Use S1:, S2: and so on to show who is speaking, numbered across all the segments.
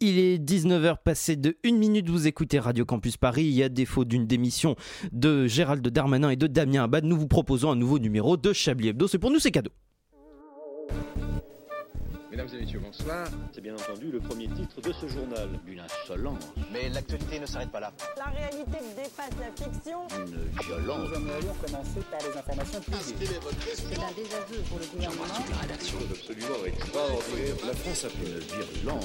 S1: Il est 19h passé de 1 minute, vous écoutez Radio Campus Paris. Il y a défaut d'une démission de Gérald Darmanin et de Damien Abad, nous vous proposons un nouveau numéro de Chablis Hebdo. C'est pour nous, c'est cadeau.
S2: Mesdames et messieurs, bonsoir.
S3: C'est bien entendu le premier titre de ce journal.
S4: Une insolence.
S5: Mais l'actualité ne s'arrête pas là.
S6: La réalité dépasse la fiction.
S4: Une violence.
S7: Nous aimerions commencer par les informations privées.
S8: C'est un désaveu pour le gouvernement.
S4: la rédaction.
S2: Absolument extraordinaire.
S4: La France a fait une virulence.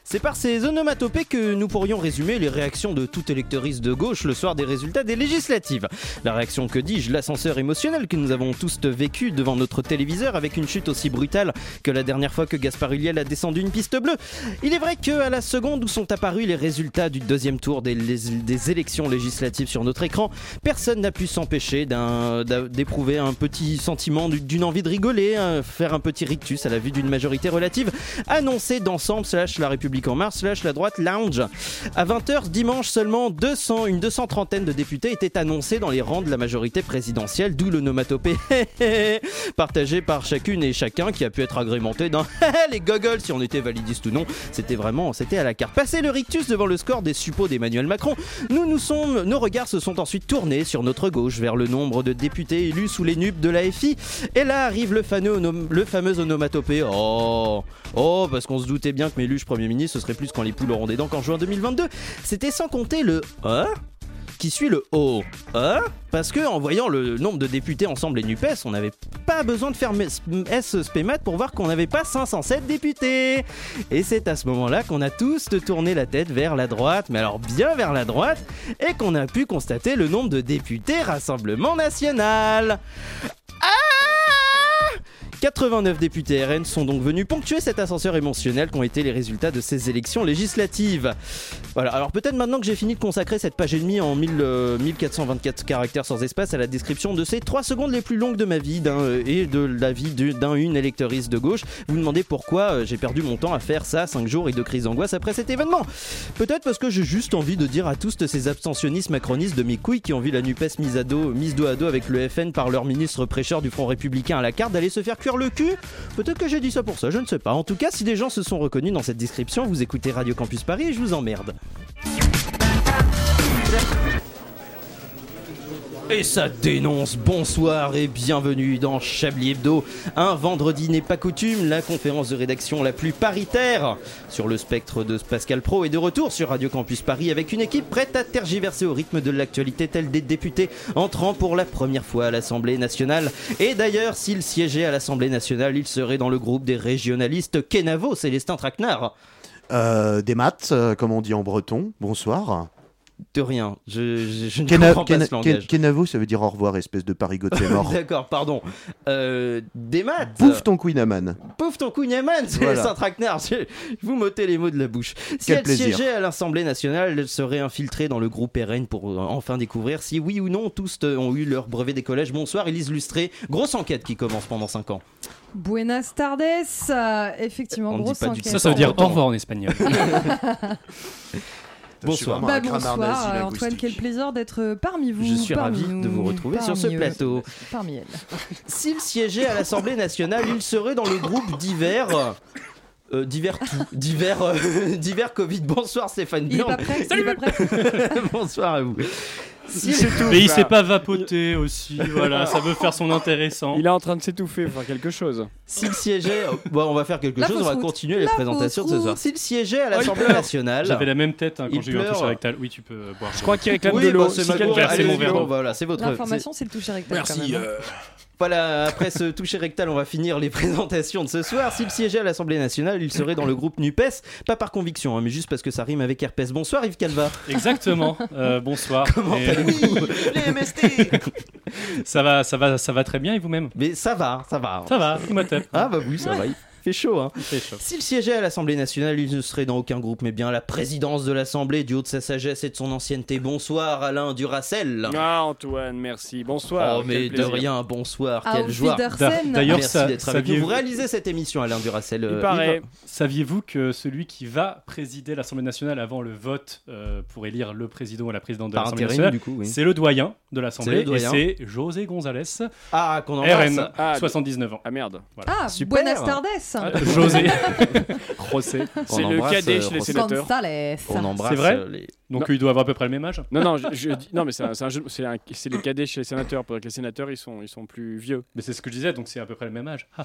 S1: c'est par ces onomatopées que nous pourrions résumer les réactions de toute électoriste de gauche le soir des résultats des législatives. La réaction, que dis-je, l'ascenseur émotionnel que nous avons tous vécu devant notre téléviseur avec une chute aussi brutale que la dernière fois que Gaspard Ulliel a descendu une piste bleue. Il est vrai qu'à la seconde où sont apparus les résultats du deuxième tour des, les, des élections législatives sur notre écran, personne n'a pu s'empêcher d'éprouver un, un petit sentiment d'une envie de rigoler, euh, faire un petit rictus à la vue d'une majorité relative annoncée d'ensemble slash la République en mars, slash la droite lounge. À 20h dimanche seulement, 200, une 230 de députés étaient annoncés dans les rangs de la majorité présidentielle, d'où l'onomatopée partagée par chacune et chacun qui a pu être agrémenté d'un les gogoles si on était validiste ou non. C'était vraiment, c'était à la carte. Passé le rictus devant le score des suppôts d'Emmanuel Macron, nous nous sommes, nos regards se sont ensuite tournés sur notre gauche vers le nombre de députés élus sous les nubes de l'AFI. Et là arrive le fameux, le fameux onomatopée. Oh, oh, parce qu'on se doutait bien que Méluche, Premier ministre, ce serait plus quand les poules auront des dents qu'en juin 2022. C'était sans compter le hein qui suit le haut. Hein Parce que en voyant le nombre de députés ensemble et NUPES, on n'avait pas besoin de faire S spémat pour voir qu'on n'avait pas 507 députés. Et c'est à ce moment-là qu'on a tous tourné la tête vers la droite, mais alors bien vers la droite, et qu'on a pu constater le nombre de députés Rassemblement National. Ah 89 députés RN sont donc venus ponctuer cet ascenseur émotionnel qu'ont été les résultats de ces élections législatives. Voilà, alors peut-être maintenant que j'ai fini de consacrer cette page et demie en 1000, euh, 1424 caractères sans espace à la description de ces 3 secondes les plus longues de ma vie euh, et de la vie d'un une électoriste de gauche, vous me demandez pourquoi euh, j'ai perdu mon temps à faire ça 5 jours et de crise d'angoisse après cet événement. Peut-être parce que j'ai juste envie de dire à tous ces abstentionnistes macronistes de mes couilles qui ont vu la NUPES mise, à dos, mise dos à dos avec le FN par leur ministre prêcheur du Front Républicain à la carte d'aller se faire cuire le cul Peut-être que j'ai dit ça pour ça, je ne sais pas. En tout cas, si des gens se sont reconnus dans cette description, vous écoutez Radio Campus Paris et je vous emmerde. Et ça dénonce. Bonsoir et bienvenue dans Chablis Hebdo. Un vendredi n'est pas coutume, la conférence de rédaction la plus paritaire sur le spectre de Pascal Pro est de retour sur Radio Campus Paris avec une équipe prête à tergiverser au rythme de l'actualité telle des députés entrant pour la première fois à l'Assemblée nationale. Et d'ailleurs, s'il siégeait à l'Assemblée nationale, il serait dans le groupe des régionalistes Kenavo, Célestin Traquenard.
S9: Euh, des maths, euh, comme on dit en breton. Bonsoir.
S1: De rien. Je, je, je ne Kena, comprends pas
S9: Kena,
S1: ce langage.
S9: Kenavo, ça veut dire au revoir, espèce de parigot de mort.
S1: D'accord, pardon. Euh, des maths.
S9: Bouffe ton Queen
S1: Pouf ton Queen c'est
S9: Voilà.
S1: saint traquenard. Je- je vous m'ôtez les mots de la bouche. Si
S9: Quel
S1: elle
S9: plaisir.
S1: siégeait à l'Assemblée nationale, elle serait infiltrée dans le groupe RN pour euh, enfin découvrir si oui ou non tous euh, ont eu leur brevet des collèges. Bonsoir, Élise Lustré. Grosse enquête qui commence pendant 5 ans.
S10: Buenas tardes, euh, effectivement,
S1: On ne dit
S10: grosse
S1: pas du
S10: enquête.
S1: tout.
S11: Ça, ça veut dire
S1: Autant.
S11: au revoir en espagnol.
S1: Bonsoir.
S10: Bah, bonsoir, euh, Antoine, quel plaisir d'être euh, parmi vous.
S1: Je suis
S10: parmi
S1: ravi de vous
S10: nous,
S1: retrouver sur
S10: parmi
S1: ce
S10: eux,
S1: plateau.
S10: Parmi elles.
S1: S'il siégeait à l'Assemblée nationale, il serait dans le groupe divers. euh, divers tout. Divers, euh, divers Covid. Bonsoir Stéphane
S10: Il est
S1: Blanc.
S10: pas prêt, il est pas prêt.
S1: Bonsoir à vous. Si-
S11: Mais il s'est pas vapoté aussi, voilà, ça veut faire son intéressant.
S12: Il est en train de s'étouffer, enfin quelque chose.
S1: S'il siégeait. oh, Bon, on va faire quelque
S10: La
S1: chose, on
S10: fausse
S1: va
S10: route.
S1: continuer les
S10: La
S1: présentations de ce
S10: fausse
S1: soir.
S10: route.
S1: S'il siégeait à
S11: Oh, il
S1: l'Assemblée
S11: pleure. J'avais
S1: nationale.
S11: la même tête hein,
S1: Il
S11: quand j'ai eu un
S1: pleure.
S11: toucher rectal. Oui, tu peux euh, boire.
S12: Je crois qu'il réclame
S1: Oui,
S12: de
S1: bah,
S12: l'eau.
S1: c'est
S12: Si
S1: ma
S12: quelqu'un-
S1: gourde.
S11: verse
S1: Allez,
S11: mon verre
S1: bon,
S11: d'eau.
S1: Voilà, c'est votre. c'est-
S10: L'information, c'est le toucher rectal. quand même, hein.
S12: euh,
S1: Voilà, après ce toucher rectal, on va finir les présentations de ce soir. S'il siégeait à l'Assemblée nationale, il serait dans le groupe NUPES. Pas par conviction, hein, mais juste parce que ça rime avec herpès. Bonsoir Yves Calva.
S11: Exactement. Euh, bonsoir.
S1: Comment
S11: Et
S1: allez-vous
S11: ça va, ça va, ça va très bien et vous-même
S1: Mais ça va, ça va.
S11: Ça va, Imhotep.
S1: Ah bah oui, ça va. fait chaud, hein.
S11: fait chaud.
S1: S'il siégeait à l'Assemblée nationale, il ne serait dans aucun groupe, mais bien à la présidence de l'Assemblée, du haut de sa sagesse et de son ancienneté. Bonsoir, Alain Duracel.
S12: Ah, Antoine, merci. Bonsoir.
S1: Oh, mais
S12: Quel
S1: de
S12: plaisir.
S1: rien, bonsoir,
S10: Ah,
S1: quel
S10: au
S1: joueur.
S10: Wiedersehen.
S11: D'ailleurs,
S1: Merci
S11: ça-
S1: d'être avec nous.
S11: saviez-vous-
S1: Vous réalisez cette émission, Alain Duracel. euh,
S12: Il paraît.
S1: Yves.
S11: Saviez-vous que celui qui va présider l'Assemblée nationale avant le vote euh, pour élire le président ou la présidente de
S1: Par
S11: l'Assemblée
S1: intérim,
S11: nationale,
S1: du coup, oui.
S11: c'est le doyen de
S1: C'est
S11: l'Assemblée
S1: le
S11: et
S1: doyen.
S11: c'est José González,
S1: Ah, qu'on embrasse.
S11: RN,
S12: Ah,
S11: 79 ans.
S12: Ah merde.
S11: Voilà.
S10: Ah,
S1: Super.
S10: buenas tardes.
S11: José José.
S12: Ah, C'est le
S1: embrasse,
S12: cadet
S1: euh,
S12: chez les
S1: Roselyne.
S12: sénateurs.
S10: González.
S1: On embrasse
S11: C'est vrai
S1: euh, les-
S12: Non.
S11: Donc il doit avoir à peu près le même âge.
S12: Non, non, je, je dis- non mais c'est un, c'est un jeu- c'est un- c'est les cadets chez les sénateurs. Pendant que les sénateurs, ils sont, ils sont plus vieux.
S11: Mais c'est ce que je disais, donc c'est à peu près le même âge.
S12: Ah,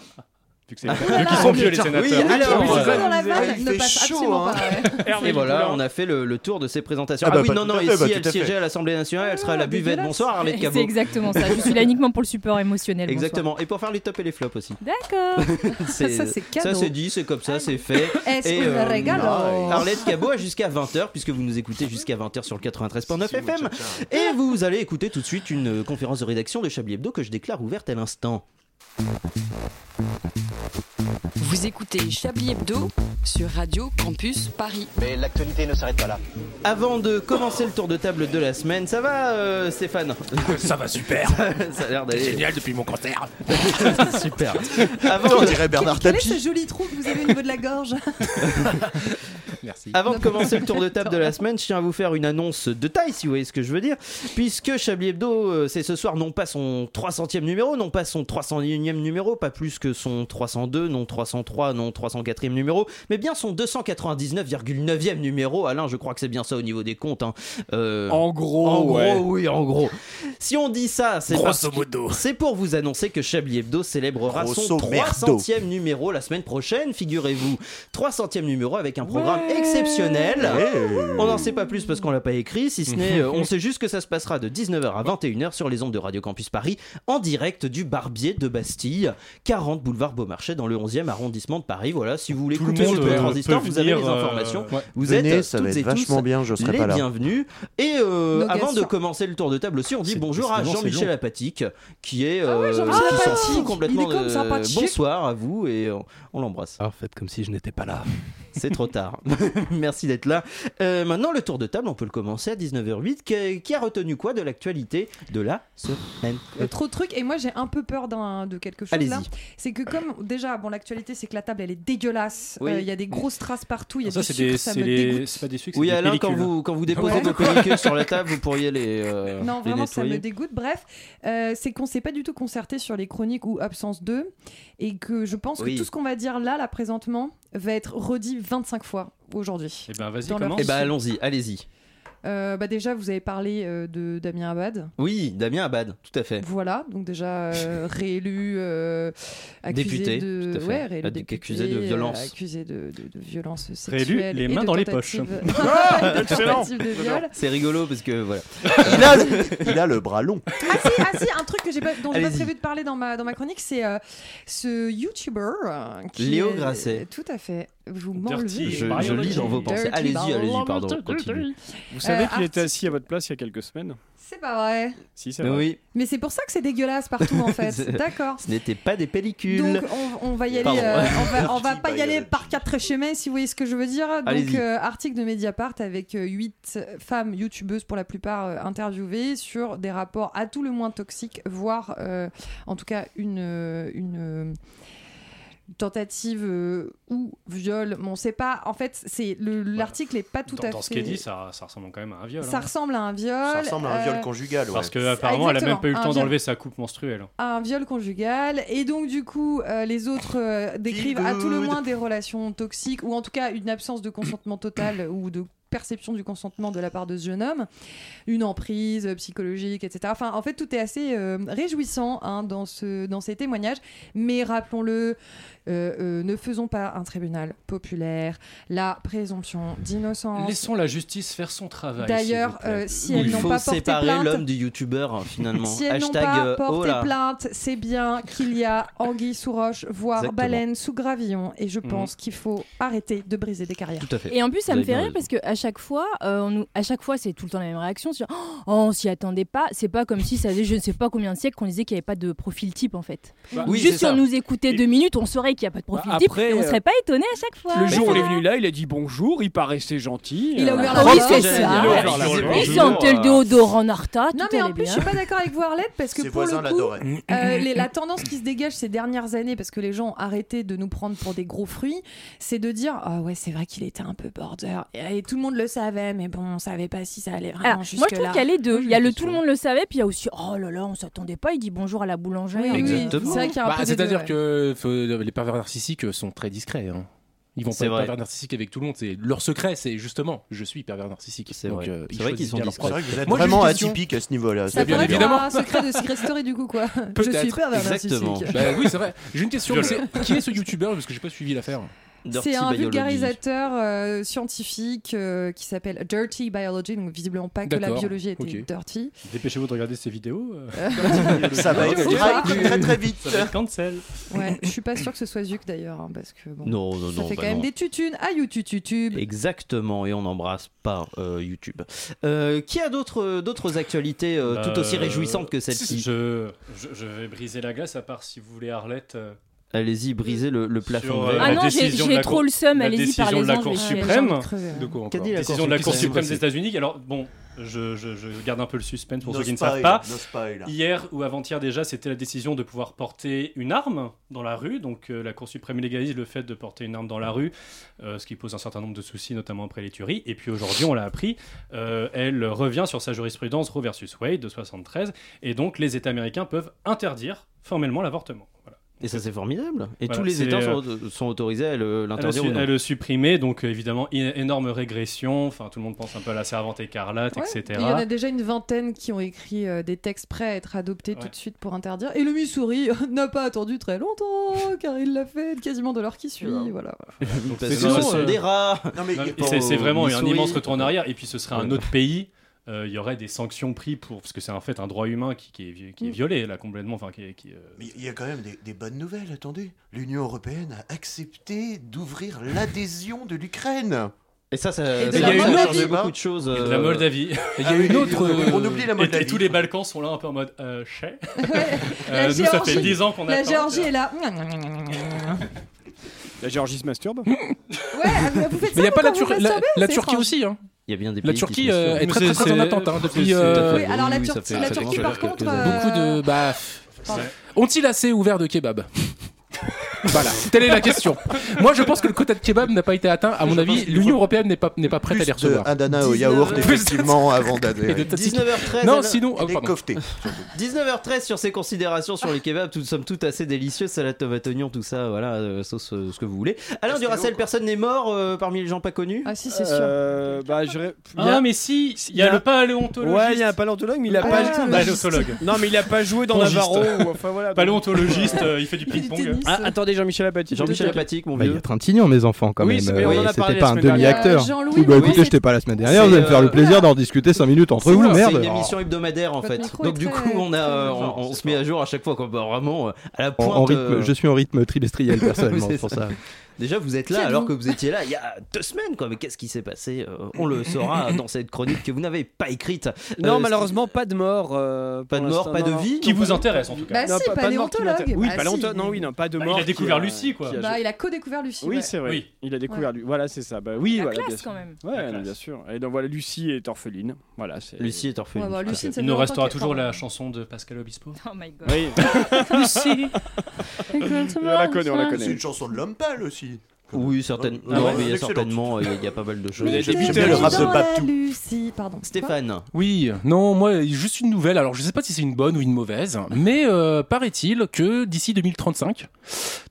S11: Vu
S1: Ah,
S11: que c'est- vu qu'ils sont vieux les sénateurs.
S1: Oui, alors,
S10: Qui est
S1: euh,
S10: plutôt dans la
S9: Ah, Il
S10: vanne, ne
S9: fait
S10: passe
S9: chaud,
S10: absolument
S9: hein.
S10: pas. ouais.
S12: Hervé
S1: Et voilà,
S12: Duboulin.
S1: on a fait le, le tour de ces présentations.
S9: Ah
S1: Ah,
S9: bah,
S1: oui,
S9: pas
S1: non,
S9: tout
S1: non,
S9: à
S1: et
S9: fait,
S1: si
S9: bah,
S1: elle
S9: tout à fait.
S1: siégeait à l'Assemblée nationale, elle serait à la
S10: Ah,
S1: buvette.
S10: dégueulasse.
S1: Bonsoir, Arlette
S13: C'est
S1: Cabot.
S13: exactement ça. Je suis là uniquement pour le support émotionnel.
S1: Exactement. Et pour faire les tops et les flops aussi.
S13: bonsoir. D'accord.
S1: C'est-
S10: ça, c'est cadeau. Ah
S1: Ça, c'est dit, c'est comme ça, c'est fait.
S10: Est-ce
S1: Et,
S10: que le
S1: euh,
S10: regalo
S1: Arlette Cabot a jusqu'à 20h, puisque vous nous écoutez jusqu'à 20h sur le 93.9 FM. Et vous allez écouter tout de suite une euh, conférence de rédaction de Chablis Hebdo que je déclare ouverte à l'instant.
S14: Vous écoutez Chablis Hebdo sur Radio Campus Paris.
S5: Mais l'actualité ne s'arrête pas là.
S1: Avant de commencer le tour de table de la semaine, ça va euh, Stéphane
S15: Ça va super.
S1: Ça a l'air d'aller
S15: Génial depuis mon concert.
S1: super.
S9: On
S1: Avant de-
S9: dirait Bernard
S10: Quel est ce
S9: Tapie.
S10: joli trou que vous avez au niveau de la gorge
S11: Merci.
S1: Avant de commencer le tour de table de la semaine, je tiens à vous faire une annonce de taille, si vous voyez ce que je veux dire, puisque Chablis Hebdo, euh, c'est ce soir non pas son 300e numéro, non pas son 301e numéro, pas plus que son 302, non 303, non 304e numéro, mais bien son 299,9e numéro. Alain, je crois que c'est bien ça au niveau des comptes. hein. Euh,
S12: En gros,
S1: en gros,
S12: ouais.
S1: oui, en gros. Si on dit ça, c'est parce
S15: Grosso
S1: que-
S15: modo.
S1: c'est pour vous annoncer que Chablis Hebdo célébrera son
S9: Grosso merdo.
S1: 300e numéro la semaine prochaine, figurez-vous. 300e numéro avec un programme exceptionnel.
S9: Eh.
S1: On n'en sait pas plus parce qu'on l'a pas écrit, si ce n'est euh, on sait juste que ça se passera de 19h à 21h sur les ondes de Radio Campus Paris en direct du Barbier de Bastille, 40 boulevard Beaumarchais dans le 11e arrondissement de Paris. Voilà, si vous voulez
S11: Tout le
S1: écouter ce
S11: monde
S1: tour de
S11: euh,
S1: transistor,
S11: peut
S1: vous avez les
S11: venir, euh,
S1: informations.
S11: ouais.
S1: Vous
S9: Venez,
S1: êtes
S9: ça
S1: toutes
S9: va être
S1: et tous
S9: vachement bien, je serai
S1: les
S9: pas là.
S1: bienvenus. Et euh,
S10: Nos
S1: avant de
S10: gassures.
S1: commencer le tour de table aussi, on dit
S11: C'est-
S1: bonjour à
S11: c'est long, c'est
S1: Jean-Michel
S11: long.
S1: Apatique, qui est
S10: Ah ouais,
S1: euh,
S10: Jean-Michel
S1: qui
S10: Apathique,
S1: sortit
S10: il est
S1: complètement.
S10: comme ça,
S1: de-
S10: pas de chic.
S1: bonsoir à vous et on, on l'embrasse.
S15: En fait, comme si je n'étais pas là.
S1: C'est trop tard. Merci d'être là. Euh, maintenant, le tour de table, on peut le commencer à 19h08. Qui, qui a retenu quoi de l'actualité de la semaine
S10: Euh, trop de trucs et moi j'ai un peu peur d'un- de quelque chose
S1: Allez-y.
S10: là c'est que comme déjà bon l'actualité c'est que la table elle est dégueulasse Euh, il
S1: Oui.
S10: y a des grosses traces partout il y a
S11: Ça,
S10: du
S11: c'est
S10: sucre
S11: des-
S10: ça
S11: c'est
S10: me
S11: les-
S10: dégoûte
S11: c'est pas des sucres,
S1: Oui,
S11: c'est des
S1: Alain, quand
S11: pellicules.
S1: vous, quand vous déposez
S10: Ouais.
S1: vos pellicules sur la table, vous pourriez les, euh,
S10: non
S1: les
S10: vraiment ça me
S1: nettoyer.
S10: dégoûte bref euh, c'est qu'on s'est pas du tout concerté sur les chroniques ou absence 2 et que je pense
S1: Oui.
S10: que tout ce qu'on va dire là là présentement va être redit 25 fois aujourd'hui
S11: Eh ben vas-y,
S10: Dans leur-
S11: commence.
S1: Eh ben, allons-y, allez-y.
S10: Euh, bah déjà vous avez parlé euh, de Damien Abad
S1: Oui, Damien Abad, tout à fait.
S10: Voilà, donc déjà euh, réélu, euh, accusé
S1: Député,
S10: de,
S1: tout à fait.
S10: ouais, réélu
S1: Ah, du- accusé de
S10: euh,
S1: violence.
S10: accusé de, de- de violence
S11: Réélu,
S10: sexuelle,
S11: les
S10: et
S11: mains
S10: de
S11: dans les
S10: tentative-
S11: poches. Ah,
S10: et de
S12: Excellent.
S10: tentative de viol. ah,
S1: C'est rigolo parce que voilà.
S9: Il a, il a le bras long.
S10: Ah si, ah si, un truc que j'ai pas, dont j'ai pas
S1: Allez-y.
S10: prévu de parler dans ma dans ma chronique, c'est euh, ce YouTuber euh, qui
S1: Léo
S10: est-
S1: Grasset.
S10: Tout à fait. Vous
S11: Dirty,
S10: m'enlevez.
S1: Je,
S11: Mario
S1: je lis
S11: Logis.
S1: dans vos pensées.
S10: Dirty
S1: Allez-y,
S10: Ballon.
S1: allez-y, pardon. Continue.
S12: Vous savez
S10: Euh,
S12: qu'il était
S10: article.
S12: assis à votre place il y a quelques semaines
S10: C'est pas vrai.
S12: Si, c'est vrai.
S1: Oui,
S10: Mais c'est pour ça que c'est dégueulasse partout en fait.
S1: C'est-
S10: D'accord.
S1: ce n'était pas des pellicules.
S10: Donc on, on va y aller,
S1: Pardon.
S10: euh, on va, on va
S9: Petit
S10: pas y aller
S9: baguette.
S10: par quatre chemins si vous voyez ce que je veux dire. Donc
S1: Allez-y.
S10: euh, article de Mediapart avec 8 femmes youtubeuses pour la plupart euh, interviewées sur des rapports à tout le moins toxiques, voire euh, en tout cas une... euh, une euh, tentative euh, ou viol, mais on sait pas. En fait, c'est le- l'article est pas tout
S11: Dans,
S10: à
S11: dans
S10: fait.
S11: ce qui est dit, ça, ça ressemble quand même à un viol.
S10: Ça
S11: hein.
S10: ressemble à un viol.
S9: Ça ressemble à un
S10: euh,
S9: viol conjugal. ouais.
S11: Parce
S1: Ah,
S11: que apparemment, elle a même pas eu le
S10: Exactement, un
S11: temps
S10: viol.
S11: d'enlever sa coupe menstruelle.
S10: à un viol conjugal et donc du coup euh, les autres euh, décrivent à tout le moins des relations toxiques ou en tout cas une absence de consentement total ou de perception du consentement de la part de ce jeune homme, une emprise euh, psychologique, etc. Enfin, en fait, tout est assez euh, réjouissant hein, dans, ce, dans ces témoignages, mais rappelons-le, euh, euh, ne faisons pas un tribunal populaire, la présomption d'innocence.
S11: Laissons la justice faire son travail.
S10: D'ailleurs,
S11: s'il vous plaît.
S10: euh, si
S1: Il
S10: elles n'ont
S1: faut
S10: pas porté
S1: séparer
S10: plainte,
S1: l'homme du youtubeur hein, finalement.
S10: si elles n'ont
S1: Hashtag
S10: pas
S1: euh, oh
S10: porté
S1: là.
S10: plainte, c'est bien qu'il y a anguille sous roche, voire
S1: Exactement. Mhm.
S10: baleine sous gravillon. Et je pense qu'il faut arrêter de briser des carrières.
S1: Tout à fait.
S13: Et en plus,
S1: Vous
S13: ça me
S1: avez
S13: fait
S1: bien
S13: rire
S1: raison.
S13: parce que à chaque fois, euh, on nous, à chaque fois, c'est tout le temps la même réaction. c'est genre, oh, on s'y attendait pas. C'est pas comme si ça faisait je ne sais pas combien de siècles qu'on disait qu'il n'y avait pas de profil type en fait.
S16: Bah,
S13: Donc,
S16: oui,
S13: Juste
S16: c'est
S13: si on
S16: ça.
S13: nous écoutait deux minutes, on saurait qu'il n'y a pas de profil
S16: Bah,
S13: type
S16: après,
S13: et on
S16: euh,
S13: serait pas étonné à chaque fois.
S12: Le jour où il est venu là, il a dit bonjour, il paraissait gentil.
S13: Il
S12: euh,
S13: a
S1: Ah,
S13: ouvert
S10: la
S12: propre,
S10: porte,
S12: c'est
S10: j'allais
S12: ça.
S10: dire.
S12: Il a
S10: Il
S12: ouvert la
S10: s'est
S12: porte.
S13: Il sentait le déodorant Narta.
S10: Non, mais en plus, je suis pas d'accord avec vous, Arlette, parce que
S9: Ses
S10: pour
S9: voisins
S10: le
S9: l'adoraient.
S10: coup, euh, les- la tendance qui se dégage ces dernières années, parce que les gens ont arrêté de nous prendre pour des gros fruits, c'est de dire Ah ouais, c'est vrai qu'il était un peu border. Et, et tout le monde le savait, mais bon, on savait pas si ça allait vraiment
S13: Alors, moi, je
S10: jusque-là.
S13: trouve qu'il y a les deux. Il y a le tout le monde le savait, puis il y a aussi oh là là, on s'attendait pas. Il dit bonjour à la boulangerie.
S10: Oui, oui, Exactement. c'est vrai qu'il y a un
S16: Bah,
S10: peu des
S16: C'est-à-dire
S10: deux,
S16: que faut- les pervers narcissiques euh, sont très discrets. hein. Ils vont
S1: C'est
S16: pas être
S1: vrai.
S16: pervers narcissiques avec tout le monde. C'est leur secret, c'est justement je suis pervers narcissique. euh, C'est
S1: vrai. C'est vrai qu'ils sont discrets.
S9: C'est vrai que vous êtes
S16: Moi, j'ai
S9: vraiment
S16: une question.
S9: atypique à ce niveau-là.
S10: Ça
S9: c'est
S10: pourrait
S9: bien
S10: être
S9: évident.
S10: un secret de Secret Story, du coup, quoi. Je
S16: Peut-être.
S10: suis hein, pervers narcissique.
S16: Bah oui, c'est vrai. J'ai une question.
S1: Violent.
S16: c'est- Qui est ce youtubeur Parce que j'ai pas suivi l'affaire.
S10: C'est un vulgarisateur euh, scientifique euh, qui s'appelle Dirty Biology, donc visiblement pas que la
S11: D'accord,
S10: biologie était
S11: ok.
S10: dirty.
S11: Dépêchez-vous de regarder ces vidéos. euh.
S9: Ça va être très, très, très vite.
S11: Ça va être cancel.
S10: Ouais, je suis pas sûr que ce soit Zuc d'ailleurs, hein, parce que bon,
S1: Non, non,
S10: ça
S1: non,
S10: fait
S1: bah
S10: quand même
S1: non.
S10: des tutunes Ah, à YouTube.
S1: Exactement, et on n'embrasse pas euh, YouTube. Euh, qui a d'autres d'autres actualités euh, tout aussi
S11: Euh,
S1: réjouissantes que celle-ci
S11: Je, Euh, je, je vais briser la glace, à part si vous voulez, Arlette. euh,
S1: Allez-y, brisez le, le plafond.
S11: sur,
S1: de
S11: euh,
S1: verre.
S11: la
S13: Ah non, j'ai-
S11: décision de
S13: j'ai
S11: la
S13: trop
S11: Cour-
S13: le seum,
S11: la
S13: allez-y,
S11: décision de
S13: parlez-en,
S11: la
S13: je vais-
S11: Cour
S13: j'ai envie de
S11: suprême.
S13: crever, hein.
S11: De quoi encore
S1: Qu'a dit la
S11: Décision
S1: Cour
S11: de la
S1: suprême
S11: Cour
S1: Qu'est-ce qui
S11: suprême
S1: s'est
S11: des
S1: passé
S11: États-Unis. Alors, bon, je, je- je garde un peu le suspense pour
S9: No
S11: ceux qui ne
S9: spoil,
S11: savent pas.
S9: no spoil.
S11: Hier ou avant-hier déjà, c'était la décision de pouvoir porter une arme dans la rue. Donc, euh, la Cour suprême légalise le fait de porter une arme dans la rue, euh, ce qui pose un certain nombre de soucis, notamment après les tueries. Et puis aujourd'hui, on l'a appris, euh, elle revient sur sa jurisprudence Roe versus Wade de 73. Et donc, les États américains peuvent interdire formellement l'avortement. Voilà.
S1: Et ça, c'est formidable. Et
S11: Voilà,
S1: tous les
S11: c'est,
S1: États sont,
S11: euh,
S1: sont autorisés à le-
S11: Elle le,
S1: l'interdire
S11: su-
S1: ou non.
S11: elle le supprimait, donc euh, évidemment é- énorme régression. Enfin, tout le monde pense un peu à la servante écarlate, etc.
S10: Il y en a déjà une vingtaine qui ont écrit euh, des textes prêts à être adoptés tout de suite pour interdire. Et le Missouri n'a pas attendu très longtemps, car il l'a fait quasiment de l'heure qui suit. Voilà.
S11: Donc,
S1: Parce que
S11: c'est- c'est-
S1: ce sont
S11: c'est-
S1: des rats.
S11: Non,
S1: mais
S11: mais
S1: pour-
S11: c'est- C'est vraiment un
S1: Missouri.
S11: immense retour en arrière. Et puis ce serait un
S1: Ouais.
S11: autre pays. euh, Il y aurait des sanctions prises pour parce que c'est en fait un droit humain qui, qui est, vi- qui est
S9: Mm.
S11: violé là complètement. Enfin, qui, est- qui, euh,
S9: Mais il y a quand même des, des bonnes nouvelles, attendez. L'Union européenne a accepté d'ouvrir l'adhésion de l'Ukraine.
S1: Et ça, ça,
S9: Et de
S1: ça
S9: la
S1: a changé
S9: Moldavie.
S1: beaucoup de choses.
S11: et de
S1: euh,
S11: la Moldavie.
S1: Et il y a une autre. euh,
S9: Ah on oublie la
S11: et-
S9: Moldavie.
S11: Et, tous les Balkans sont là un peu en mode euh, chais.
S10: La
S11: Euh, nous, ça fait
S10: Géorgie-
S11: 10 ans qu'on
S10: La
S11: attend.
S10: Géorgie est là.
S12: La Géorgie se masturbe
S10: Ouais, Ah, vous faites
S16: Mais il
S10: ça
S16: n'y a pas
S10: quand
S16: la,
S10: vous
S16: Tur- la-
S10: masturbez,
S16: la
S10: c'est
S16: Turquie
S10: étrange.
S16: aussi. Hein.
S1: Il y a bien des
S16: La
S1: pays qui
S16: Turquie
S1: se
S16: euh,
S1: masturbe.
S16: est très, très, très en attente hein, depuis.
S1: C'est-
S16: euh,
S1: c'est-
S10: Oui, alors la
S1: ça
S10: Turquie-
S1: fait-
S10: la
S1: ça
S10: Turquie,
S1: commence à
S10: par
S1: faire quelques
S10: contre, euh,
S1: années.
S16: Beaucoup de. Bah.
S10: Pardon.
S16: Ont-ils assez ouvert de kebab voilà, telle est la question. Moi, je pense que le quota de kebab n'a pas été atteint. À mon avis, l'Union européenne n'est pas, n'est pas prête à les
S9: Plus de
S16: recevoir.
S9: Adana au yaourt,
S1: 19.
S9: effectivement, avant d'adhérer.
S16: Et de tzatziki.
S1: 19h13.
S16: Non,
S1: alors-
S16: sinon. oh,
S9: Et
S16: pardon.
S9: cofté.
S1: 19h13 sur ces considérations sur les kebabs, nous sommes toutes assez délicieuses, salade tomate oignon, tout ça, voilà, euh, sauce euh, ce que vous voulez. Alain Duracel, personne n'est mort euh, parmi les gens pas connus
S10: Ah si, c'est sûr.
S12: Euh, bah, j'aurais-
S11: Ah,
S12: Il y a-
S11: mais si, il y
S12: il
S11: a
S12: y a-
S11: le paléontologue.
S12: Ouais, il y a un paléontologue, mais il a
S11: Ah,
S12: pas.
S1: bah,
S11: un paléontologue.
S12: Non, mais il a pas joué dans
S11: Pongiste.
S12: Navarro. ou- Enfin voilà. donc-
S11: Paléontologiste, euh, il fait du ping-pong.
S12: Ah, attendez, Jean-Michel Apathy.
S1: Jean-Michel Apatique, mon
S15: Bah, il y
S1: vieux.
S15: a Trintignant, mes enfants, quand
S12: Oui,
S15: même.
S12: c'est- mais on en a parlé
S15: C'était
S12: la
S15: pas un
S12: semaine dernière.
S15: demi-acteur.
S10: Euh, Jean-Louis
S15: Oui, bah
S10: Moulin,
S15: écoutez, j'étais pas la semaine dernière,
S1: c'est,
S15: vous allez me faire le
S1: euh,
S15: plaisir d'en discuter 5 minutes entre vous,
S1: C'est une
S15: merde.
S1: émission hebdomadaire en
S10: Votre
S1: fait.
S10: micro
S1: Donc
S10: est
S1: du
S10: très-
S1: coup, on a,
S10: très
S1: euh,
S10: fort,
S1: on, on se met à jour à chaque fois, quoi. Bah, vraiment euh, à la
S15: En,
S1: pointe.
S15: en rythme,
S1: euh,
S15: je suis en rythme trimestriel personnellement,
S1: Oui,
S15: c'est
S1: c'est
S15: pour ça.
S1: Déjà, vous êtes
S10: Qui
S1: là
S10: êtes-vous
S1: alors que vous étiez là il y a deux semaines, quoi. Mais qu'est-ce qui s'est passé Euh, On le saura dans cette chronique que vous n'avez pas écrite.
S17: Non,
S1: Euh,
S17: malheureusement, pas de mort. euh,
S1: Pas de
S17: pour
S1: mort,
S17: l'instant,
S1: pas de
S17: non, non.
S1: vie
S11: Qui vous intéresse en tout cas.
S10: Bah
S12: pas
S10: si,
S12: de mort qui
S10: paléontologue.
S12: m'intéresse. Oui,
S10: Bah,
S16: Ah,
S12: paléontologue.
S10: si.
S12: Non, oui, non, pas de
S11: Bah,
S12: mort.
S11: il a
S12: qui
S11: découvert Lucie, quoi.
S12: qui a-
S10: Bah, il a co-découvert Lucie.
S12: Oui,
S10: ouais.
S12: c'est vrai.
S11: Oui.
S12: Il a découvert. lui- Voilà, c'est ça. Bah oui,
S13: La
S12: voilà, bien
S13: classe,
S12: sûr.
S13: quand même.
S12: Ouais,
S11: La
S12: non,
S11: classe.
S12: bien sûr. Et donc voilà, Lucie est orpheline. Voilà, c'est.
S1: Lucie est orpheline.
S10: Ouais, bah, Lucie, ça
S11: Il
S10: fait
S11: nous
S10: longtemps
S11: restera
S10: qu'elle-
S11: toujours
S10: pardon.
S11: la chanson de Pascal Obispo.
S13: Oh my god.
S12: Oui.
S13: Lucie.
S12: On la connaît, on la connaît.
S9: C'est une chanson de l'homme pâle aussi.
S1: Oui, certainement.
S9: Ah ouais,
S1: il y a
S9: excellent.
S1: certainement, il y a- il y a pas mal de choses.
S12: Mais
S1: J'aime
S12: je
S1: bien
S12: vais
S1: le rap
S10: Dans
S1: de
S10: la
S1: Babtou.
S10: Lucie, pardon.
S1: Stéphane.
S16: Oui, non, moi, juste une nouvelle. Alors, je sais pas si c'est une bonne ou une mauvaise, mais euh, paraît-il que d'ici 2035,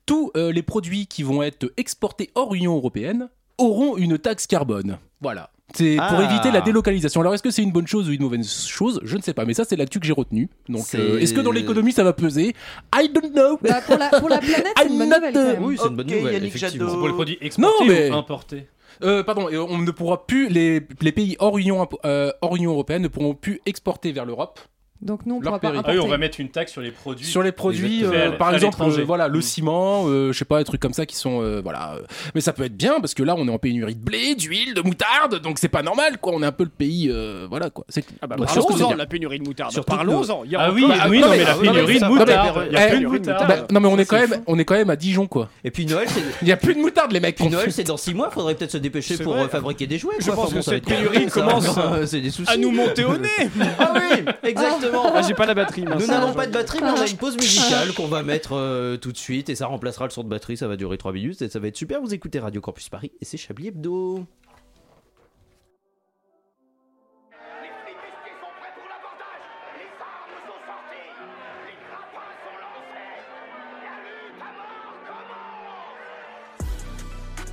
S16: tous euh, les produits qui vont être exportés hors Union européenne auront une taxe carbone. Voilà. C'est pour
S1: Ah.
S16: éviter la délocalisation. Alors, est-ce que c'est une bonne chose ou une mauvaise chose Je ne sais pas, mais ça, c'est l'actu que j'ai retenu. Donc,
S1: C'est-
S16: euh, est-ce que dans l'économie, ça va peser I don't know. euh,
S10: Bah, pour, la, pour la planète, c'est une bonne nouvelle quand même.
S1: Oui, c'est une bonne
S9: Ok,
S1: nouvelle.
S9: Yannick
S1: effectivement.
S9: Jadot.
S11: Pour le produit
S16: Non,
S11: exporté
S16: mais-
S11: ou importé
S16: Euh, pardon, euh, on ne pourra plus les, les pays hors Union euh, hors Union européenne ne pourront plus exporter vers l'Europe
S10: Donc non, on pourra
S11: Leur
S10: pas
S11: péril. Ah
S10: importer.
S11: oui, on va mettre une taxe sur les produits.
S16: sur les produits,
S11: Exactement.
S16: euh,
S11: Faits à-
S16: par
S11: à
S16: exemple,
S11: l'étranger.
S16: euh, voilà, le ciment, euh, je sais pas, un truc comme ça qui sont, euh, voilà. euh, Mais ça peut être bien parce que là, on est en pénurie de blé, d'huile, de moutarde, donc c'est pas normal, quoi. On est un peu le pays, euh, voilà, quoi. C'est ah
S17: bah, parlons-en de la pénurie de moutarde. Parlons-en. Il y a
S16: Ah
S17: encore-
S16: oui,
S17: Ah
S16: oui,
S17: bah,
S16: non, mais la
S17: ah bah,
S16: pénurie de
S17: ça-
S16: moutarde.
S17: Eh,
S16: Il y a plus de
S17: pénurie
S16: moutarde. Bah, Non, mais on est quand même, on est quand même à Dijon, quoi.
S1: Et puis Noël, c'est.
S16: Il y a plus de moutarde, les mecs.
S1: Puis Noël, c'est dans 6 mois, faudrait peut-être se dépêcher pour euh, fabriquer des jouets.
S17: Je
S1: quoi.
S17: pense
S1: Enfin,
S17: que
S1: bon, ça va
S17: cette
S1: être compliqué,
S17: pénurie
S1: ça.
S17: commence
S1: Euh, c'est des soucis.
S17: à nous monter au nez.
S1: Ah oui, exactement.
S17: Ah, j'ai pas la batterie, mince.
S1: Nous n'avons pas de batterie, mais on a une pause musicale qu'on va mettre euh, tout de suite et ça remplacera le son de batterie. Ça va durer 3 minutes et ça va être super. Vous écoutez Radio Campus Paris et c'est Chablis Hebdo.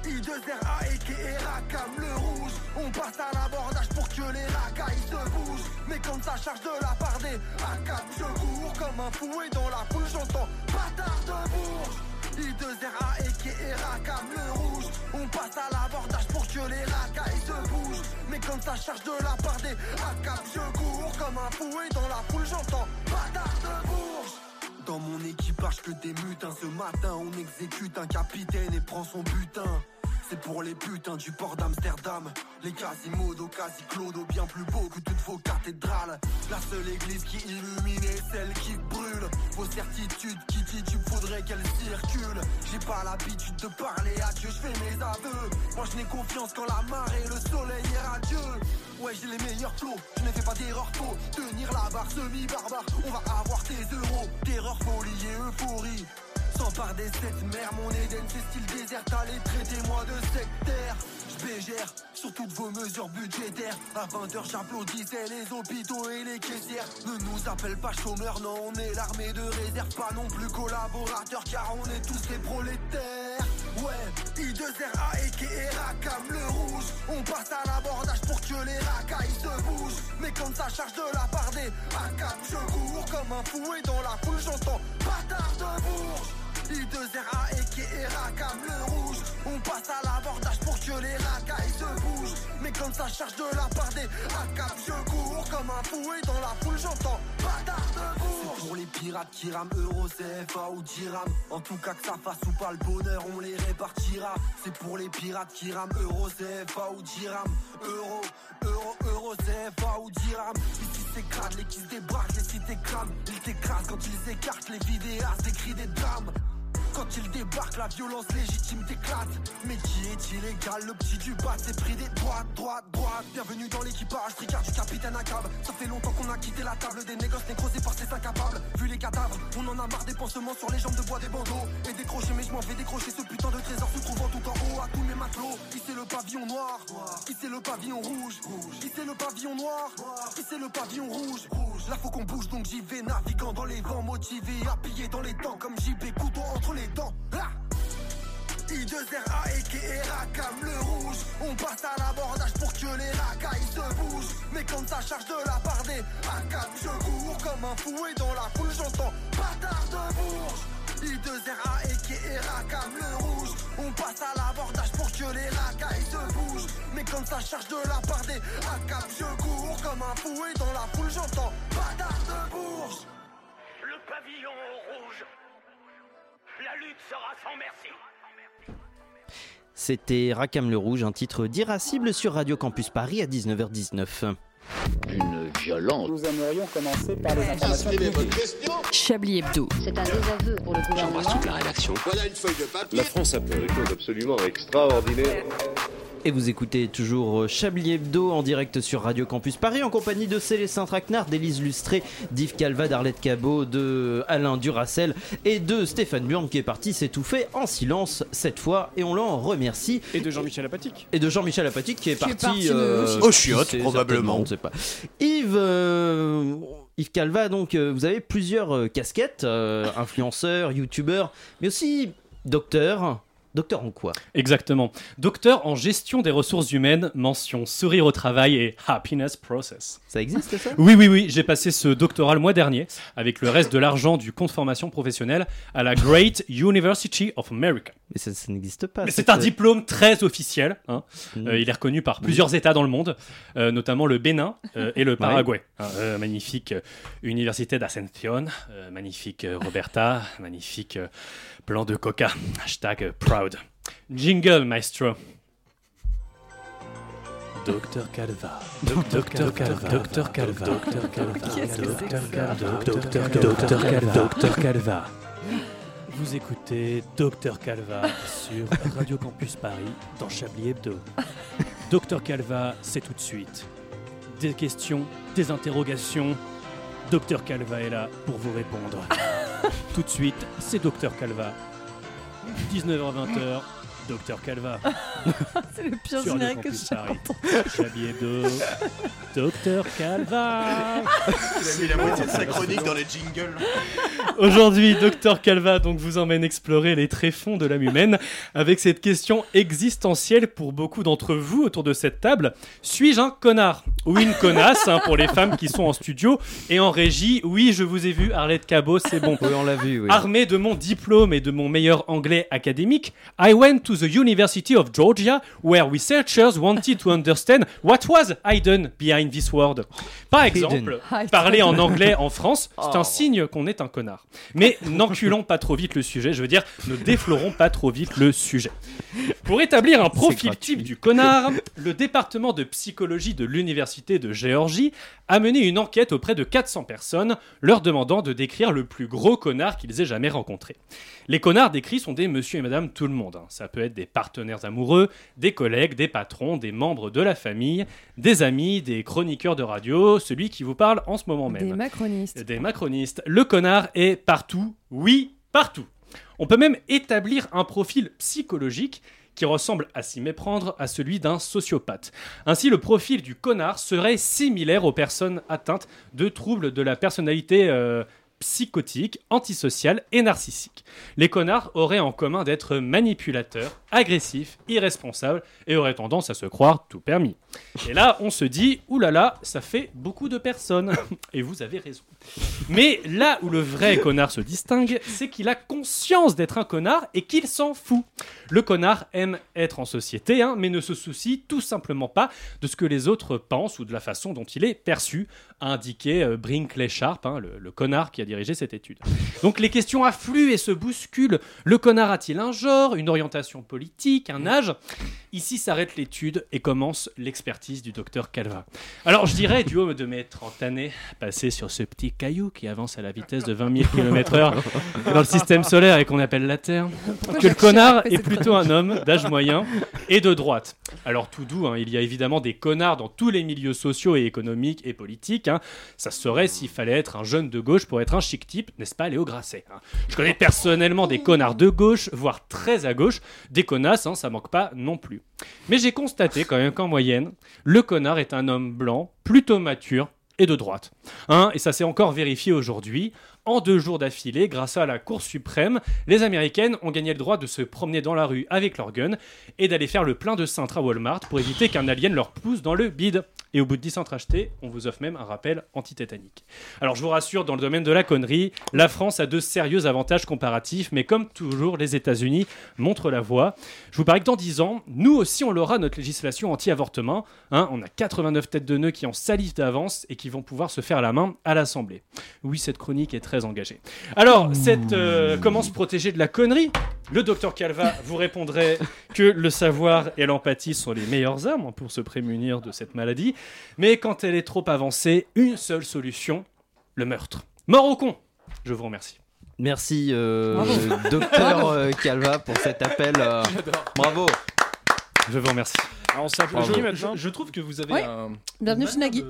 S18: I2RA et Rakam le rouge On passe à l'abordage pour que les racailles se bougent Mais quand ça charge de la part des racailles Je cours comme un fouet dans la bouche J'entends bâtard de bourge I2RA et Rakam le rouge On passe à l'abordage pour que les racailles se bougent Mais quand ça charge de la part des racailles Je cours comme un fouet dans la foule J'entends bâtard de bourge dans mon équipage que des mutins Ce matin on exécute un capitaine et prend son butin C'est pour les putains du port d'Amsterdam Les Quasimodo, quasi Clodo Bien plus beau que toutes vos cathédrales La seule église qui illumine est celle qui brûle Vos certitudes qui titubent faudrait qu'elles circulent J'ai pas l'habitude de parler à Dieu, je fais mes aveux Moi je n'ai confiance quand la marée, le soleil est radieux Ouais, j'ai les meilleurs flots, je ne fais pas d'erreur faux. Tenir la barre semi-barbare, on va avoir tes euros. Terreur, folie et euphorie. S'empare des sept mers, mon Éden, c'est style désert. Allez, traitez-moi de sectaire. J'bégère sur toutes vos mesures budgétaires. À 20h, j'applaudissais les hôpitaux et les caissières. Ne nous appelle pas chômeurs, non, on est l'armée de réserve. Pas non plus collaborateurs, car on est tous des prolétaires. Ouais, I2RA et Rakam le rouge. On passe à l'abordage pour que les racailles se bougent. Mais quand ça charge de la part des racailles, je cours comme un fouet dans la foule. J'entends bâtard de bourge. I2RA et Rakam le rouge. On passe à l'abordage pour que les racailles se bougent. Mais quand ça charge de la part des racailles, je cours comme un fouet dans la foule. J'entends bâtard de bourge. C'est pour les pirates qui rament Euro, CFA ou dirham. En tout cas, que ça fasse ou pas le bonheur, on les répartira. C'est pour les pirates qui rament Euro, CFA ou dirham. Euro, euro, euro, CFA ou dirham. Ici, c'est crade, les qui se débarquent, les cités crament. Ils t'écrasent quand ils écartent les vidéastes, écrit des drames. Quand ils débarquent, la violence légitime t'éclate. Mais qui est illégal Le petit du bas s'est pris des droites, droites, droites. Bienvenue dans l'équipage, tricard du capitaine Acab. Ça fait longtemps qu'on a quitté la table des négoces nécrosés par ces incapables. Vu les cadavres, on en a marre des pansements sur les jambes de bois des bandeaux. Et décrocher, mais je m'en vais décrocher ce putain de trésor se trouvant tout en haut à tous mes matelots. Ici le pavillon noir, ici le pavillon rouge, ici le pavillon noir, ici le pavillon rouge. Là faut qu'on bouge donc j'y vais, naviguant dans les vents, motivé, appuyé dans les temps comme JB, couteau entre les dents. Ah I2RA et Rakam le rouge On passe à l'abordage pour que les racailles se bougent Mais quand ça charge de la part des racailles Je cours comme un fouet dans la foule J'entends bâtard de bourge I2RA et Rakam le rouge On passe à l'abordage pour que les racailles se bougent Mais quand ça charge de la part des racailles Je cours comme un fouet dans la foule J'entends bâtard de bourge
S19: Le pavillon rouge. La lutte sera sans merci.
S1: C'était Rakam le Rouge, un titre d'irascible sur Radio Campus Paris à 19h19.
S4: Une violence.
S7: Nous aimerions commencer par les informations publiques.
S14: Chablis Hebdo. C'est un désaveu pour le gouvernement.
S2: la rédaction. Voilà une feuille de papier. La France a fait des choses absolument extraordinaires.
S1: Et vous écoutez toujours euh, Chablis Hebdo en direct sur Radio Campus Paris en compagnie de Célestin Traquenard, d'Élise Lustré, d'Yves Calva, d'Arlette Cabot, de euh, Alain Duracel et de Stéphane Burn qui est parti s'étouffer en silence cette fois et on l'en remercie. Et de Jean-Michel Apatique. Et de Jean-Michel Apatique qui est
S9: Qui est
S1: parti,
S9: parti de-
S1: au
S9: Aux chiottes, probablement.
S1: On ne sait pas. Yves, euh, Yves Calva, donc euh, vous avez plusieurs euh, casquettes, euh, influenceur, youtubeur, mais aussi docteur, Docteur en quoi
S11: Exactement. Docteur en gestion des ressources humaines, mention sourire au travail et happiness process.
S1: Ça existe ça
S11: Oui, oui, oui. J'ai passé ce doctorat le mois dernier avec le reste de l'argent du compte formation professionnelle à la Great University of America.
S1: Mais ça, ça n'existe pas.
S11: Mais
S1: cette- euh,
S11: c'est un diplôme très officiel. hein.
S1: Mm.
S11: Euh, il est reconnu par plusieurs États dans le monde, euh, notamment le Bénin euh, et le Paraguay. Hein, euh, magnifique euh, université d'Ascension, euh, magnifique euh, Roberta, magnifique euh, plan de coca. Hashtag euh, proud. Jingle, maestro. Docteur Calva. Docteur Calva. Docteur Calva. Docteur Calva. Docteur Calva. Docteur Calva. Docteur Calva. Docteur Calva. Vous écoutez Docteur Calva sur Radio Campus Paris dans Chablis Hebdo. Docteur Calva, c'est tout de suite. Des questions, des interrogations. Docteur Calva est là pour vous répondre. tout de suite, c'est Docteur Calva. 19h-20h, Docteur Calva.
S10: C'est le pire
S11: Sur Radio
S10: générique que
S11: Campus
S10: j'ai
S11: Paris.
S10: entendu.
S11: Chablis Hebdo, Docteur Calva.
S9: Il a mis la moitié de sa chronique dans les jingles.
S11: Aujourd'hui, Docteur Calva donc vous emmène explorer les tréfonds de l'âme humaine avec cette question existentielle pour beaucoup d'entre vous autour de cette table. Suis-je un connard ou une connasse hein, pour les femmes qui sont en studio et en régie Oui, je vous ai vu, Arlette Cabot, c'est bon.
S1: Oui, on l'a vu. Oui.
S11: Armé de mon diplôme et de mon meilleur anglais académique, I went to the University of Georgia where researchers wanted to understand what was hidden behind this word. Par exemple,
S16: Hidden.
S11: parler en
S16: Hidden.
S11: anglais en France, c'est
S16: Oh.
S11: un signe qu'on est un connard. Mais n'enculons pas trop vite le sujet, je veux dire, ne déflorons pas trop vite le sujet. Pour établir un profil type du connard, le département de psychologie de l'université de Géorgie a mené une enquête auprès de 400 personnes, leur demandant de décrire le plus gros connard qu'ils aient jamais rencontré. Les connards décrits sont des monsieur et madame tout le monde. hein. Ça peut être des partenaires amoureux, des collègues, des patrons, des membres de la famille, des amis, des chroniqueurs de radio, celui qui vous parle en ce moment même.
S10: Des macronistes.
S11: Des macronistes. Le connard est partout, oui, partout. On peut même établir un profil psychologique qui ressemble à s'y méprendre à celui d'un sociopathe. Ainsi, le profil du connard serait similaire aux personnes atteintes de troubles de la personnalité euh, psychotique, antisociale et narcissique. Les connards auraient en commun d'être manipulateurs, agressifs, irresponsables et auraient tendance à se croire tout permis. Et là, on se dit, oulala, ça fait beaucoup de personnes. Et vous avez raison. Mais là où le vrai connard se distingue, c'est qu'il a conscience d'être un connard et qu'il s'en fout. Le connard aime être en société, hein, mais ne se soucie tout simplement pas de ce que les autres pensent ou de la façon dont il est perçu, a indiqué euh, Brinkley Sharp, hein, le, le connard qui a dirigé cette étude. Donc les questions affluent et se bousculent. Le connard a-t-il un genre, une orientation politique, un âge Ici s'arrête l'étude et commence l'expertise du docteur Calva. Alors je dirais, du haut de mes 30 années passées sur ce petit caillou qui avance à la vitesse de 20 000 km/h dans le système solaire et qu'on appelle la Terre,
S16: Pourquoi
S11: que le
S16: Jacques Chirac
S11: connard
S16: fait
S11: est
S16: cette
S11: plutôt un
S16: chronique
S11: homme d'âge moyen et de droite. Alors tout doux, hein, il y a évidemment des connards dans tous les milieux sociaux et économiques et politiques. hein. Ça serait s'il fallait être un jeune de gauche pour être un chic type, n'est-ce pas Léo Grasset hein. Je connais personnellement des connards de gauche, voire très à gauche, des connasses, hein, ça manque pas non plus. Mais j'ai constaté quand même qu'en moyenne, le connard est un homme blanc, plutôt mature et de droite. Hein, et ça s'est encore vérifié aujourd'hui. En deux jours d'affilée, grâce à la Cour suprême, les Américaines ont gagné le droit de se promener dans la rue avec leur gun et d'aller faire le plein de cintres à Walmart pour éviter qu'un alien leur pousse dans le bide. Et au bout de 10 centres achetés, on vous offre même un rappel anti-tétanique. Alors je vous rassure, dans le domaine de la connerie, la France a de sérieux avantages comparatifs, mais comme toujours, les États-Unis montrent la voie. Je vous parie que dans 10 ans, nous aussi, on aura notre législation anti-avortement. hein. on a 89 têtes de nœuds qui en salivent d'avance et qui vont pouvoir se faire la main à l'Assemblée. Oui, cette chronique est très engagée. Alors, cette, euh, comment se protéger de la connerie Le docteur Calva vous répondrait que le savoir et l'empathie sont les meilleures armes pour se prémunir de cette maladie. Mais quand elle est trop avancée, une seule solution, le meurtre. Mort au con Je vous remercie.
S1: Merci, euh,
S11: Bravo.
S1: docteur
S11: Bravo.
S1: euh, Calva, pour cet appel. euh,
S11: J'adore.
S1: bravo.
S11: Je vous remercie.
S16: Alors, ça peut
S11: Je,
S16: jouer maintenant.
S11: je- je trouve que vous avez
S10: Oui.
S11: un.
S10: Bienvenue chez Nagui.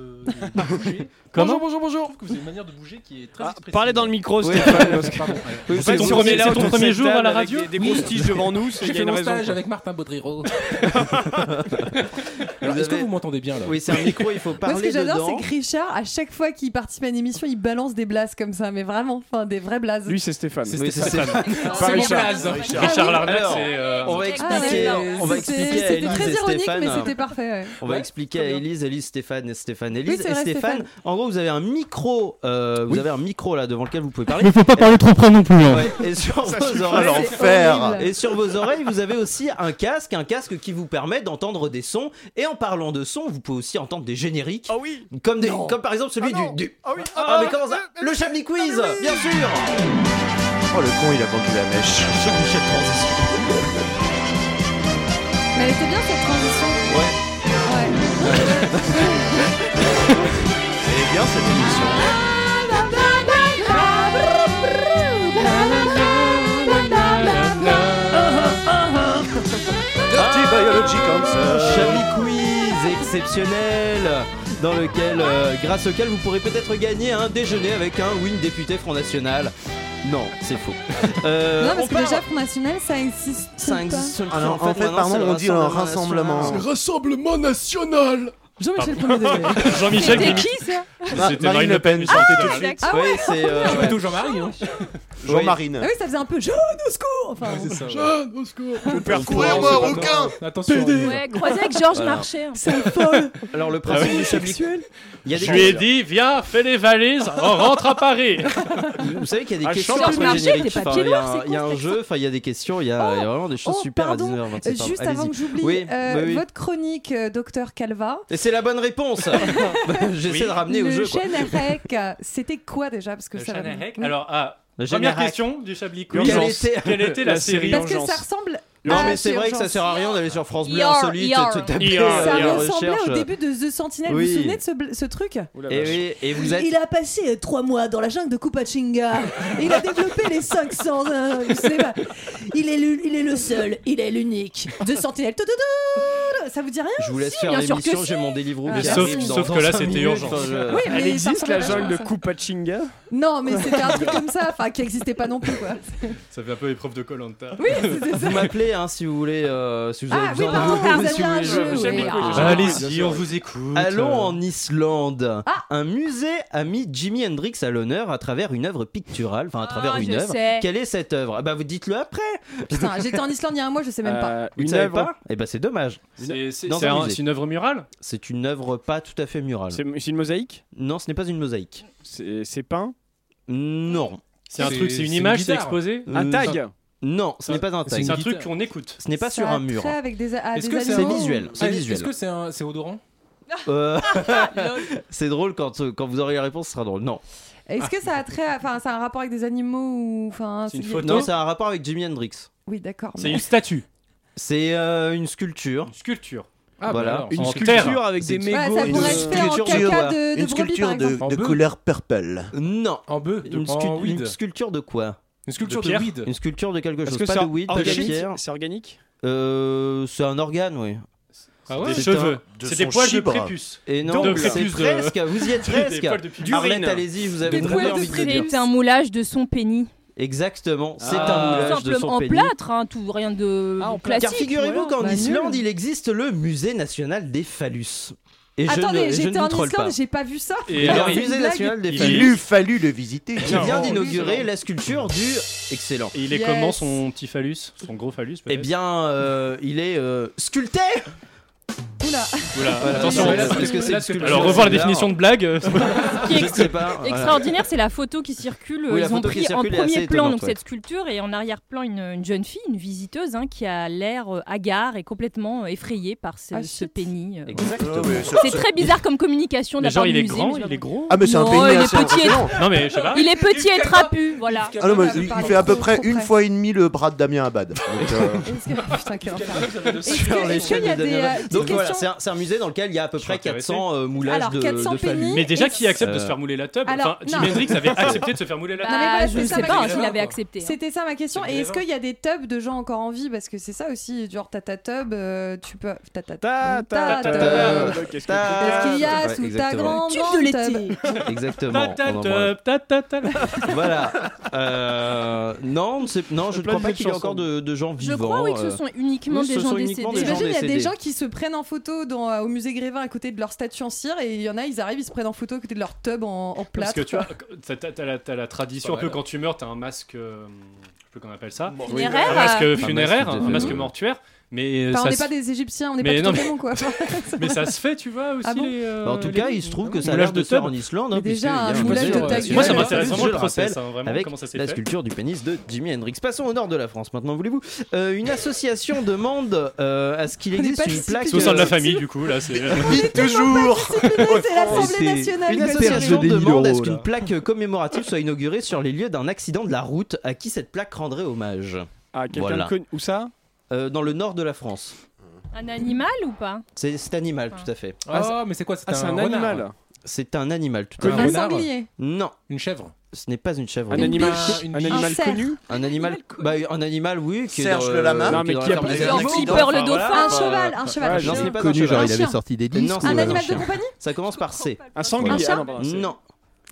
S11: Comment bonjour, bonjour, bonjour. Je trouve que vous avez une manière de bouger qui est très. expressive.
S17: Ah, Parlez dans le micro,
S11: Oui,
S17: Stéphane.
S11: pardon,
S17: parce que-
S11: pardon.
S17: Oui,
S11: En
S17: c'est
S11: fait,
S17: ton
S11: on-
S17: premier-
S11: c'est
S17: c'est
S11: ton
S17: ton
S11: premier
S17: seul
S11: jour à
S17: table
S11: la
S17: avec
S11: radio
S17: des- des grosses tiges devant nous, c'est-
S16: J'ai
S17: il y a
S16: fait
S17: une
S16: mon
S17: raison,
S16: stage
S17: quoi.
S16: avec Martin Baudrero. Alors, Est-ce que
S1: avez-
S16: vous m'entendez bien là
S1: Oui, c'est un micro, il faut
S10: Moi, ce
S1: parler
S10: que j'adore,
S1: dedans.
S10: c'est que Richard, à chaque fois qu'il participe à une émission, il balance des blases comme ça, mais vraiment, enfin, des vraies blases.
S12: Lui, c'est Stéphane.
S1: Oui, c'est Stéphane.
S12: Pas
S1: mon
S12: Richard.
S1: blaze.
S12: Richard.
S1: Richard
S12: Larnac,
S1: Alors,
S12: c'est, euh,
S1: On va
S12: Ah,
S1: expliquer,
S10: ouais,
S1: on va
S10: c'était-
S1: expliquer à
S10: c'était
S1: Élise
S10: très
S1: et
S10: ironique,
S1: Stéphane.
S10: mais c'était parfait, ouais.
S1: On va expliquer à Élise, Élise, Stéphane et Stéphane. Élise
S10: Oui, c'est
S1: et
S10: vrai,
S1: Stéphane,
S10: Stéphane.
S1: en gros, vous avez un micro, euh, vous avez un micro là devant lequel vous pouvez parler.
S15: Mais faut pas parler trop près non plus. hein.
S1: Ouais, et sur
S15: Ça
S1: vos
S15: suffit.
S1: oreilles,
S15: L'enfer. horrible.
S1: Et sur vos oreilles, vous avez aussi un casque, un casque qui vous permet d'entendre des sons. Et en parlant de sons, vous pouvez aussi entendre des génériques,
S17: oui.
S1: comme des, comme par exemple celui du, du-
S17: oui.
S1: Ah, mais comment ça Le Chablis Quiz, bien sûr.
S11: Oh le con, il a vendu la mèche.
S1: Jean-Michel
S10: Mais c'est bien cette transition.
S11: C'est bien cette émission.
S1: Dirty Biology Chablis Quiz exceptionnel dans lequel, euh, grâce auquel vous pourrez peut-être gagner un déjeuner avec un ou une députée Front National. Non, c'est faux. Euh,
S10: non,
S1: on
S10: parce que
S1: parle-
S10: déjà, Front National, ça existe.
S1: Ça existe sur le- Alors, Ah en fait, maintenant,
S9: pardon,
S1: c'est le
S9: on dit un
S1: rassemblement
S9: rassemblement.
S16: Rassemblement national
S10: Jean-Michel
S16: Pardon.
S10: Premier degré.
S16: Jean-Michel
S10: C'était
S16: qui-
S10: qui, ça
S16: Ma- C'était Marine Le Pen,
S10: Ah,
S16: sortait tout de suite.
S10: d'accord. Ah
S1: Oui,
S10: ouais.
S1: c'est euh,
S16: C'est plutôt Jean-Marie. hein.
S9: Jean-Marine.
S10: Ah oui, ça faisait un peu jaune au secours. Enfin,
S16: Ouais, c'est ça, ouais.
S10: jaune au secours. Euh,
S16: Je vais faire
S9: courir, moi, requin
S16: Attention.
S10: Ouais, croisé avec Georges
S1: Alors.
S10: Marchais. hein.
S1: Alors le
S11: Ah
S1: principe
S11: oui.
S1: du Chablis Il y a des-
S11: Je lui ai dit, viens, fais les valises, on rentre à Paris.
S1: Vous savez qu'il y a
S11: Ah,
S1: des questions
S11: Jean-Pierre
S1: sur
S11: Marchais,
S1: les génériques.
S11: t'es pas
S1: Enfin, il y a
S11: pied
S1: un-
S11: noir,
S1: il y a un jeu, enfin il y a des questions, il y a il y a vraiment des choses
S10: Oh,
S1: super à
S10: pardon.
S1: 19h27.
S10: Euh, Juste avant que j'oublie,
S1: hein. Oui,
S10: euh,
S1: oui, oui.
S10: votre chronique, euh, docteur Calva.
S1: Et c'est la bonne réponse. J'essaie de ramener
S10: le
S1: au jeu. quoi.
S10: Générec, euh, c'était quoi déjà Parce que
S11: Le
S10: ça va-
S11: Générec,
S10: Oui.
S11: alors, ah,
S1: Le
S11: première
S1: Générec.
S11: question du Chablis Quiz.
S1: Quelle
S11: Urgence.
S1: était,
S11: Quelle était la série
S10: Parce que ça ressemble.
S1: Non,
S10: à-
S1: mais c'est vrai que ça
S10: Ah, Urgence.
S1: sert à rien d'aller sur France Bleu
S10: Hier,
S1: Insolite
S10: hier.
S1: et de taper
S11: Hier,
S1: euh,
S10: Ça
S1: la
S10: ressemblait
S1: recherche.
S10: au début de The Sentinel. Vous
S1: Oui.
S10: vous souvenez de ce, bl- ce truc
S1: Et Eh oui, et vous êtes.
S10: Il a passé euh, trois mois dans la jungle de Kupachinga. Il a développé les 500. euh, je sais pas. il, est le, il est le seul, il est l'unique. De Sentinelle. Tududu. Ça vous dit rien
S1: Je vous laisse
S10: Si,
S1: faire
S10: bien sûr que
S1: l'émission,
S10: si.
S1: j'ai mon délivre.
S10: Mais
S11: sauf- sauf que là, c'était urgent.
S1: Euh,
S10: Oui, mais
S17: Elle
S10: ça
S17: existe
S10: ressemble
S17: la
S10: à
S17: jungle de
S10: ça.
S17: Kupachinga
S10: Non, mais c'était un truc comme ça, enfin qui n'existait pas non plus quoi.
S11: Ça fait un peu épreuve de Colanta.
S10: Oui, c'était ça.
S1: Vous m'appelez hein, si vous voulez, euh, si vous avez
S10: Ah, oui,
S1: besoin de
S10: pardon,
S1: vous,
S10: vous
S1: si
S10: aviez un
S1: vous
S10: jeu,
S1: voulez jouer.
S10: oui. Ah,
S11: Bah, Allez-y, on vous écoute.
S1: Allons en Islande.
S10: Ah.
S1: Un musée a mis Jimi Hendrix à l'honneur à travers une œuvre picturale, enfin à travers une
S10: Ah, je
S1: œuvre.
S10: sais.
S1: Quelle est cette œuvre Ah Bah vous dites-le après.
S10: Putain, j'étais en Islande il y a un mois, je sais même pas.
S1: Vous ne savez pas Eh bah c'est dommage.
S11: Euh, C'est c'est-
S1: Dans
S11: c'est
S1: un
S11: un-
S1: musée.
S11: c'est une œuvre murale
S1: C'est une œuvre pas tout à fait murale.
S12: C'est c'est une mosaïque
S1: Non, ce n'est pas une mosaïque.
S12: C'est peint
S1: Non.
S11: C'est un truc, c'est une image, c'est exposé
S12: Un
S1: Euh,
S12: tag
S1: Non, ce n'est pas un
S11: C'est
S1: tag.
S11: un truc qu'on écoute.
S1: Ce n'est pas sur
S10: Ça a
S1: un mur.
S10: trait Avec des, à
S1: Est-ce
S10: des
S1: que c'est
S10: animaux.
S1: un- visuel, c'est
S16: Ah,
S1: visuel.
S16: Est-ce que c'est un- c'est odorant
S1: Euh, c'est drôle quand, euh, quand vous aurez la réponse, ce sera drôle. Non.
S10: Est-ce que ça a trait, à- enfin, ça a un rapport avec des animaux ou enfin c'est-
S1: Non, ça a un rapport avec Jimi Hendrix.
S10: Oui, d'accord.
S11: C'est
S10: mais-
S11: une statue.
S1: C'est euh, une sculpture.
S11: Sculpture.
S16: Ah, bah
S1: voilà.
S16: alors,
S1: une
S16: en
S1: sculpture
S16: terre.
S1: avec des
S10: Voilà, mégots ça et pourrait tout. être fait en caca de- de
S9: Une
S10: brebis, par
S9: sculpture de,
S10: exemple.
S9: de
S10: En bœuf.
S9: couleur purple.
S1: Non.
S16: En bœuf, de-
S1: une,
S16: en
S1: scu-
S16: weed.
S1: une sculpture de quoi
S16: Une sculpture
S1: De
S16: de,
S1: pierre
S16: weed.
S1: Une sculpture de quelque
S12: Est-ce
S1: chose.
S12: que
S1: Pas
S12: c'est
S1: de weed, pas de pierre.
S12: organique C'est organique
S1: Euh, c'est un organe, oui.
S11: Ah ouais
S1: C'est
S11: Des cheveux.
S1: un-
S11: C'est des poils de prépuce.
S1: Et non,
S11: De
S1: c'est
S11: prépuce de-
S1: presque. Vous y êtes
S11: Des
S1: presque.
S11: poils de prépuce.
S1: Arlette,
S11: D'urine.
S1: allez-y, vous avez
S11: Des
S1: très
S11: poils
S1: bien
S11: de
S1: envie de le dire.
S13: C'est un moulage de son pénis.
S1: Exactement, c'est
S11: Ah.
S1: un moulage de
S13: Simplement
S1: son
S13: en
S1: pénis.
S13: plâtre, hein, tout, rien de de classique.
S1: Car figurez-vous qu'en
S13: Bah, nul.
S1: Islande, il existe le musée national des phallus. Et
S10: Attendez,
S1: je ne, je
S10: j'étais
S1: ne
S10: en
S1: vous troll
S10: Islande,
S1: pas.
S10: j'ai pas vu ça.
S1: Et alors,
S10: c'est
S1: le
S10: une
S1: musée
S10: blague.
S1: national des
S9: Il eût
S1: phallus
S9: fallu le visiter.
S1: qui vient d'inaugurer la sculpture du excellent.
S11: Et il est
S1: Yes.
S11: comment son petit phallus Son gros phallus
S1: Eh bien, euh, il est euh, sculpté.
S10: Oula.
S11: Oula,
S1: Voilà,
S11: attention.
S1: là, parce que c'est
S11: Là,
S1: une sculpture,
S11: Alors, revoir la
S1: c'est bizarre.
S11: définition de blague. euh,
S13: Ce qui est
S1: Je
S13: ex-
S1: sais pas, voilà.
S13: extraordinaire, c'est la photo qui circule.
S1: Oui, la
S13: Ils ont
S1: photo qui
S13: pris en
S1: circule est assez
S13: premier plan
S1: étonnante,
S13: donc
S1: ouais.
S13: cette sculpture et en arrière-plan une, une jeune fille, une visiteuse, hein, qui a l'air euh, hagare et complètement euh, effrayée par ce,
S10: Ah,
S13: ce
S10: shit.
S13: pénis. euh.
S9: Exactement.
S13: C'est très bizarre comme communication
S11: Mais
S13: d'un
S11: genre,
S13: du
S11: il est
S13: musée, mais
S11: grand,
S13: je vais
S11: il est gros.
S9: Ah, mais c'est un
S13: Non,
S9: pénis
S13: il est
S9: assez
S13: petit et-
S9: impressionnant.
S11: Non, mais je sais pas.
S13: vous- Il est petit et trapu, voilà.
S9: Ah non, mais
S10: Capable de
S9: il il
S10: parler
S9: fait à peu
S10: trop-
S9: près
S10: trop
S9: une
S10: près.
S9: fois et demi le bras de Damien Abad. Donc, euh,
S10: Est-ce que- Putain, quel enfer. Est-ce
S1: Sur
S10: que-
S1: les
S10: est-ce qu'il y a
S1: chaînes de
S10: des
S1: Damien
S10: euh,
S1: Abad.
S10: petites
S1: Donc voilà,
S10: questions
S1: C'est un, c'est un musée dans lequel il y a à peu près
S11: intéressé.
S1: 400 euh, moulages
S10: Alors,
S1: de,
S10: 400
S1: de familles.
S10: pénis
S11: Mais déjà, qui accepte de se faire mouler la teub
S10: Alors,
S11: Enfin, Jimi
S10: non.
S11: Hendrix avait accepté de se faire mouler la
S10: Bah, Non,
S11: teub.
S10: mais
S13: Ah,
S10: voilà, Ah, c'est ça ma question.
S13: s'il avait accepté, hein.
S10: C'était ça ma question.
S11: C'est
S10: Et est-ce
S11: bizarre.
S10: qu'il y a des tubs de gens encore en vie Parce que c'est ça aussi, genre tata tub, euh, tu peux. Tata ta
S1: ta- ta-
S10: tub.
S1: Qu'est-ce
S10: Qu'est-ce qu'il y a
S1: Ouais,
S10: sous ta
S1: exactement.
S10: grande
S1: Tube
S10: de
S1: Exactement.
S11: Ta- ta-
S1: on embrasse.
S11: ta- ta- ta-
S1: Voilà. Euh, non, on ne sait- non, je ne
S11: plein
S1: crois pas
S11: de
S1: qu'il y ait
S11: chansons.
S1: encore de, de gens
S13: Je
S1: vivants.
S13: crois oui, que ce
S1: euh,
S13: sont uniquement
S1: oui,
S13: des
S1: ce
S13: gens
S1: sont uniquement
S13: décédés.
S1: des gens
S10: J'imagine, il y a des
S1: décédés.
S10: gens qui se prennent en photo dans- euh, au musée Grévin à côté de leur statue en cire et il y en a, ils arrivent, ils se prennent en photo à côté de leur tub en, en
S11: Parce
S10: plâtre.
S11: que tu vois, t'as, t'as- t'as la, t'as la tradition
S16: Pas
S11: un peu
S16: mal.
S11: quand tu meurs, t'as un masque, euh, je sais plus comment on appelle ça,
S10: Funéraire.
S11: un masque
S16: Un
S11: funéraire,
S16: masque
S11: un
S16: de-
S11: masque, mortuaire, mais
S10: Enfin, Bah, on
S11: ça
S10: n'est
S11: se-
S10: pas des Égyptiens, on n'est
S11: Mais
S10: pas
S11: non,
S10: des
S11: mais-
S10: démons quoi.
S11: mais ça se fait, tu vois aussi.
S10: Ah bon
S11: les, euh,
S1: Bah, en tout
S11: les-
S1: cas, il se trouve que ça a
S11: Moulage
S1: l'air de
S11: de
S1: se faire
S11: teub.
S1: en Islande.
S11: Mais
S1: hein,
S11: déjà,
S1: puisqu'il y a
S11: un
S1: musée,
S11: moulage de
S1: euh,
S11: ta
S1: je
S11: gueule. Moi, ça
S1: le
S11: m'intéresse
S1: rappelle,
S11: vraiment
S1: je
S11: le
S1: le
S11: process,
S1: rappelle,
S11: hein, vraiment,
S1: avec
S11: comment ça s'est
S1: la
S11: fait.
S1: sculpture du pénis de Jimi Hendrix. Passons au nord de la France. Maintenant, voulez-vous Euh, Une association demande euh, à ce qu'il
S11: On n'est
S1: existe
S11: pas
S1: une plaque.
S11: C'est au sein de la
S1: euh,
S11: famille, du coup, là, c'est.
S1: toujours
S10: c'est l'Assemblée
S1: C'est-
S10: nationale.
S1: Une
S10: quoi,
S1: association
S10: c'est vrai.
S1: demande à ce qu'une plaque commémorative soit inaugurée sur les lieux d'un accident de la route. À qui cette plaque rendrait hommage
S16: Ah,
S13: quelqu'un
S1: voilà.
S13: de connu-
S1: Où ça Dans le nord de la France.
S13: Un animal ou pas
S1: C'est cet animal, tout à fait.
S13: Ah,
S16: Ah, mais c'est quoi C'est
S1: Ah, c'est
S16: un,
S1: un
S16: renard.
S1: animal. C'est un animal, tout
S16: Un
S1: à fait.
S16: renard Un sanglier
S1: Non.
S16: Une chèvre
S1: Ce n'est pas une chèvre.
S16: Un
S1: non.
S16: animal- Une un biche animal Un cerf connu
S1: Un animal, bah, un animal, oui. Qui
S9: Serge
S1: est dans,
S9: le lama
S1: qui
S9: Non,
S1: est
S9: mais
S1: dans
S9: qui
S1: la
S9: a
S1: ferme
S9: pas
S1: des
S9: eu
S1: animaux.
S9: un accident,
S1: Enfin,
S9: Peur, le
S1: voilà.
S9: dauphin.
S10: Un cheval, un
S1: Non,
S10: cheval.
S1: ce n'est pas
S15: Connu,
S1: un
S15: genre,
S1: cheval.
S15: il avait Un chien. sorti des disques
S1: Non,
S15: ou
S1: ce n'est
S15: un
S1: pas
S15: animal de
S1: chien.
S10: compagnie
S1: Ça commence par C.
S10: Un sanglier.
S1: Voilà.
S10: Un chat
S1: Non.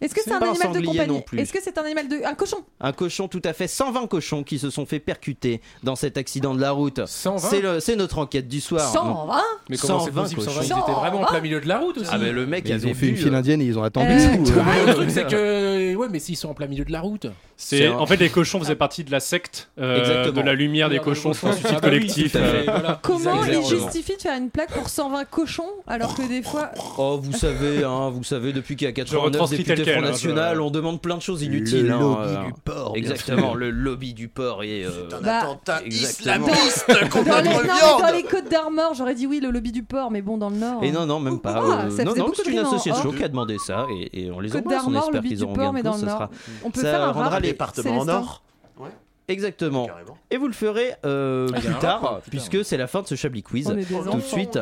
S10: Est-ce que c'est
S1: C'est
S10: un
S1: pas un
S10: animal de
S1: sanglier non
S10: compagnie
S1: plus.
S10: Est-ce que c'est un animal de. Un cochon
S1: Un cochon, tout à fait. 120 cochons qui se sont fait percuter dans cet accident de la route.
S16: 120
S1: C'est le- C'est notre enquête du soir.
S10: 120
S16: Mais comment c'est possible 120 Ils étaient vraiment en plein milieu de la route aussi.
S1: Ah, mais le mec
S15: Ils
S1: avait
S15: ont fait une
S1: bu,
S15: file
S1: euh,
S15: indienne et ils ont attendu. euh.
S16: Ah, le truc c'est que ouais mais s'ils sont en plein milieu de la route.
S11: C'est en fait les cochons faisaient partie de la secte euh,
S1: Exactement.
S11: de la lumière des cochons, c'est un suicide collectif. euh,
S10: Comment il
S1: Ah, Exactement.
S10: justifie de faire une plaque pour 120 cochons alors que des fois.
S1: Oh, vous savez, hein, vous savez, depuis qu'il y a 89
S16: retranscris
S1: députés
S16: tel
S1: Front
S16: quel, hein,
S1: National,
S16: je-
S1: on demande plein de choses inutiles.
S16: Le
S1: hein,
S16: lobby
S1: euh,
S16: du porc, bien
S1: Exactement,
S16: sûr.
S1: le lobby du porc. et, euh,
S9: C'est un
S10: Bah,
S9: attentat
S1: exactement.
S9: islamiste
S10: Dans
S9: contre
S10: les, non, mais
S9: notre viande.
S10: dans les Côtes d'Armor, j'aurais dit oui, le lobby du port, mais bon, dans le Nord.
S1: Et non, non, même pas.
S10: Ah,
S1: euh,
S10: ça
S1: non,
S10: faisait
S1: non,
S10: beaucoup de hein.
S1: c'est une
S10: rimes en
S1: association
S10: or.
S1: qui a demandé ça et, et on les
S10: Côte
S1: embrasse. On
S10: d'Armor, le
S1: espère
S10: but
S1: qu'ils
S10: du
S1: auront
S10: porc,
S1: gain de
S10: mais dans
S1: cause,
S10: le
S1: ça
S10: Nord.
S1: sera-
S10: On peut
S1: ça
S10: faire un
S1: rendra
S10: rap
S1: les-
S10: département Célestin. Nord.
S1: Exactement. Et vous le ferez euh,
S16: Ah, il y a
S1: plus
S16: un
S1: tard,
S16: rapport, putain.
S1: puisque c'est la fin de ce Chablis Quiz.
S10: On est des
S1: Tout de
S10: enfants,
S1: suite.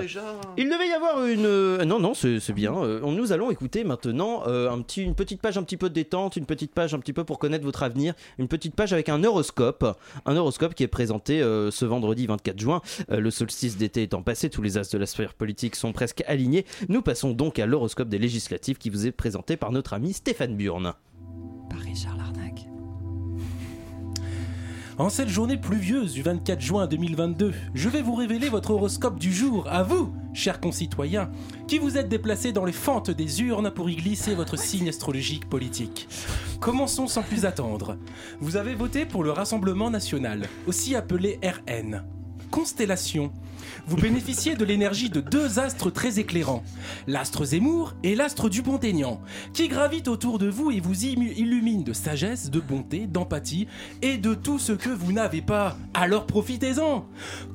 S1: Il devait y avoir une. euh, Non, non, c'est c'est bien. Euh, on- nous allons écouter maintenant euh, un petit, une petite page un petit peu de détente, une petite page un petit peu pour connaître votre avenir, une petite page avec un horoscope. Un horoscope qui est présenté euh, ce vendredi 24 juin. Euh, le solstice d'été étant passé, tous les as de la sphère politique sont presque alignés. Nous passons donc à l'horoscope des législatives qui vous est présenté par notre ami Stéphane Burne.
S10: Par hein. Richard Larnac.
S16: En cette journée pluvieuse du 24 juin 2022, je vais vous révéler votre horoscope du jour, à vous, chers concitoyens, qui vous êtes déplacés dans les fentes des urnes pour y glisser votre signe astrologique politique. Commençons sans plus attendre. Vous avez voté pour le Rassemblement National, aussi appelé RN. Constellation. Vous bénéficiez de l'énergie de deux astres très éclairants, l'astre Zemmour et l'astre du Pont-Aignan, qui gravitent autour de vous et vous immu- illuminent de sagesse, de bonté, d'empathie et de tout ce que vous n'avez pas. Alors profitez-en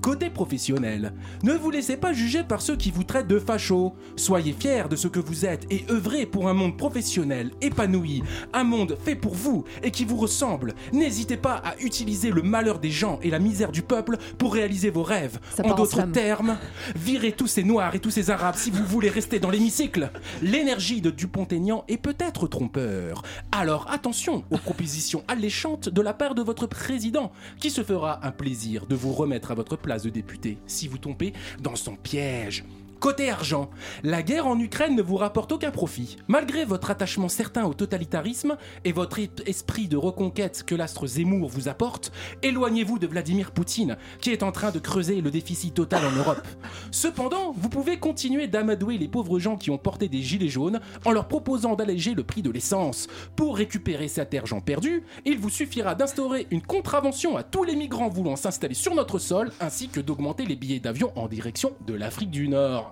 S16: Côté professionnel, ne vous laissez pas juger par ceux qui vous traitent de fachos. Soyez fiers de ce que vous êtes et œuvrez pour un monde professionnel épanoui, un monde fait pour vous et qui vous ressemble. N'hésitez pas à utiliser le malheur des gens et la misère du peuple pour réaliser vos rêves.
S10: Ça part
S16: en
S10: en
S16: d'autres
S10: slam.
S16: termes, virez tous ces noirs et tous ces arabes si vous voulez rester dans l'hémicycle. L'énergie de Dupont-Aignan est peut-être trompeur. Alors attention aux propositions alléchantes de la part de votre président, qui se fera un plaisir de vous remettre à votre place de député si vous tombez dans son piège. Côté argent, la guerre en Ukraine ne vous rapporte aucun profit. Malgré votre attachement certain au totalitarisme et votre e- esprit de reconquête que l'astre Zemmour vous apporte, éloignez-vous de Vladimir Poutine, qui est en train de creuser le déficit total en Europe. Cependant, vous pouvez continuer d'amadouer les pauvres gens qui ont porté des gilets jaunes en leur proposant d'alléger le prix de l'essence. Pour récupérer cet argent perdu, il vous suffira d'instaurer une contravention à tous les migrants voulant s'installer sur notre sol, ainsi que d'augmenter les billets d'avion en direction de l'Afrique du Nord.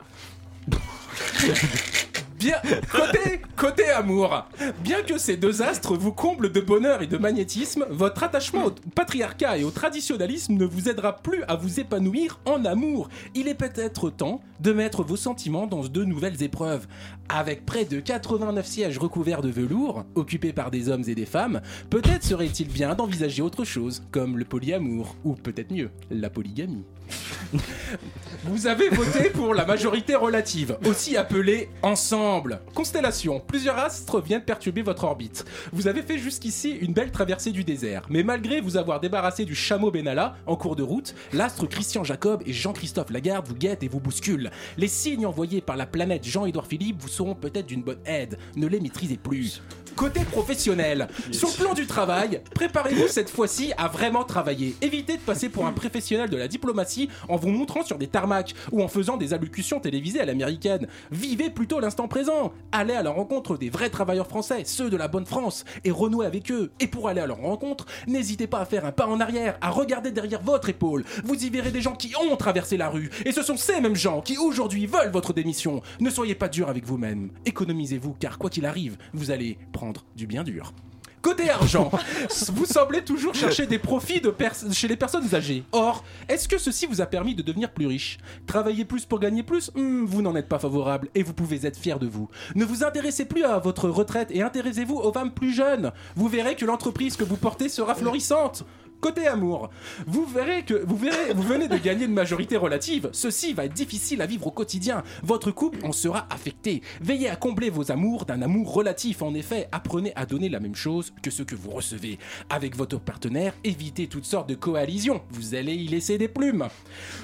S16: Bien, côté, côté amour, bien que ces deux astres vous comblent de bonheur et de magnétisme, votre attachement au patriarcat et au traditionnalisme ne vous aidera plus à vous épanouir en amour. Il est peut-être temps de mettre vos sentiments dans de nouvelles épreuves. Avec près de 89 sièges recouverts de velours, occupés par des hommes et des femmes, peut-être serait-il bien d'envisager autre chose, comme le polyamour, ou peut-être mieux, la polygamie. Vous avez voté pour la majorité relative, aussi appelée ensemble. Constellation, plusieurs astres viennent perturber votre orbite. Vous avez fait jusqu'ici une belle traversée du désert, mais malgré vous avoir débarrassé du chameau Benalla en cours de route, l'astre Christian Jacob et Jean-Christophe Lagarde vous guettent et vous bousculent. Les signes envoyés par la planète Jean-Édouard Philippe vous seront peut-être d'une bonne aide. Ne les maîtrisez plus. Côté professionnel, sur le plan du travail, préparez-vous cette fois-ci à vraiment travailler. Évitez de passer pour un professionnel de la diplomatie en vous montrant sur des tarmacs ou en faisant des allocutions télévisées à l'américaine. Vivez plutôt l'instant présent. Allez à la rencontre des vrais travailleurs français, ceux de la bonne France, et renouez avec eux. Et pour aller à leur rencontre, n'hésitez pas à faire un pas en arrière, à regarder derrière votre épaule. Vous y verrez des gens qui ont traversé la rue. Et ce sont ces mêmes gens qui aujourd'hui veulent votre démission. Ne soyez pas dur avec vous-même. Économisez-vous, car quoi qu'il arrive, vous allez prendre du bien dur. Côté argent, vous semblez toujours chercher des profits de pers- chez les personnes âgées. Or, est-ce que ceci vous a permis de devenir plus riche Travailler plus pour gagner plus Hmm, Vous n'en êtes pas favorable et vous pouvez être fier de vous. Ne vous intéressez plus à votre retraite et intéressez-vous aux femmes plus jeunes. Vous verrez que l'entreprise que vous portez sera florissante. Côté amour, vous verrez que vous verrez, vous venez de gagner une majorité relative. Ceci va être difficile à vivre au quotidien. Votre couple en sera affecté. Veillez à combler vos amours d'un amour relatif. En effet, apprenez à donner la même chose que ce que vous recevez. Avec votre partenaire, évitez toutes sortes de coalitions. Vous allez y laisser des plumes.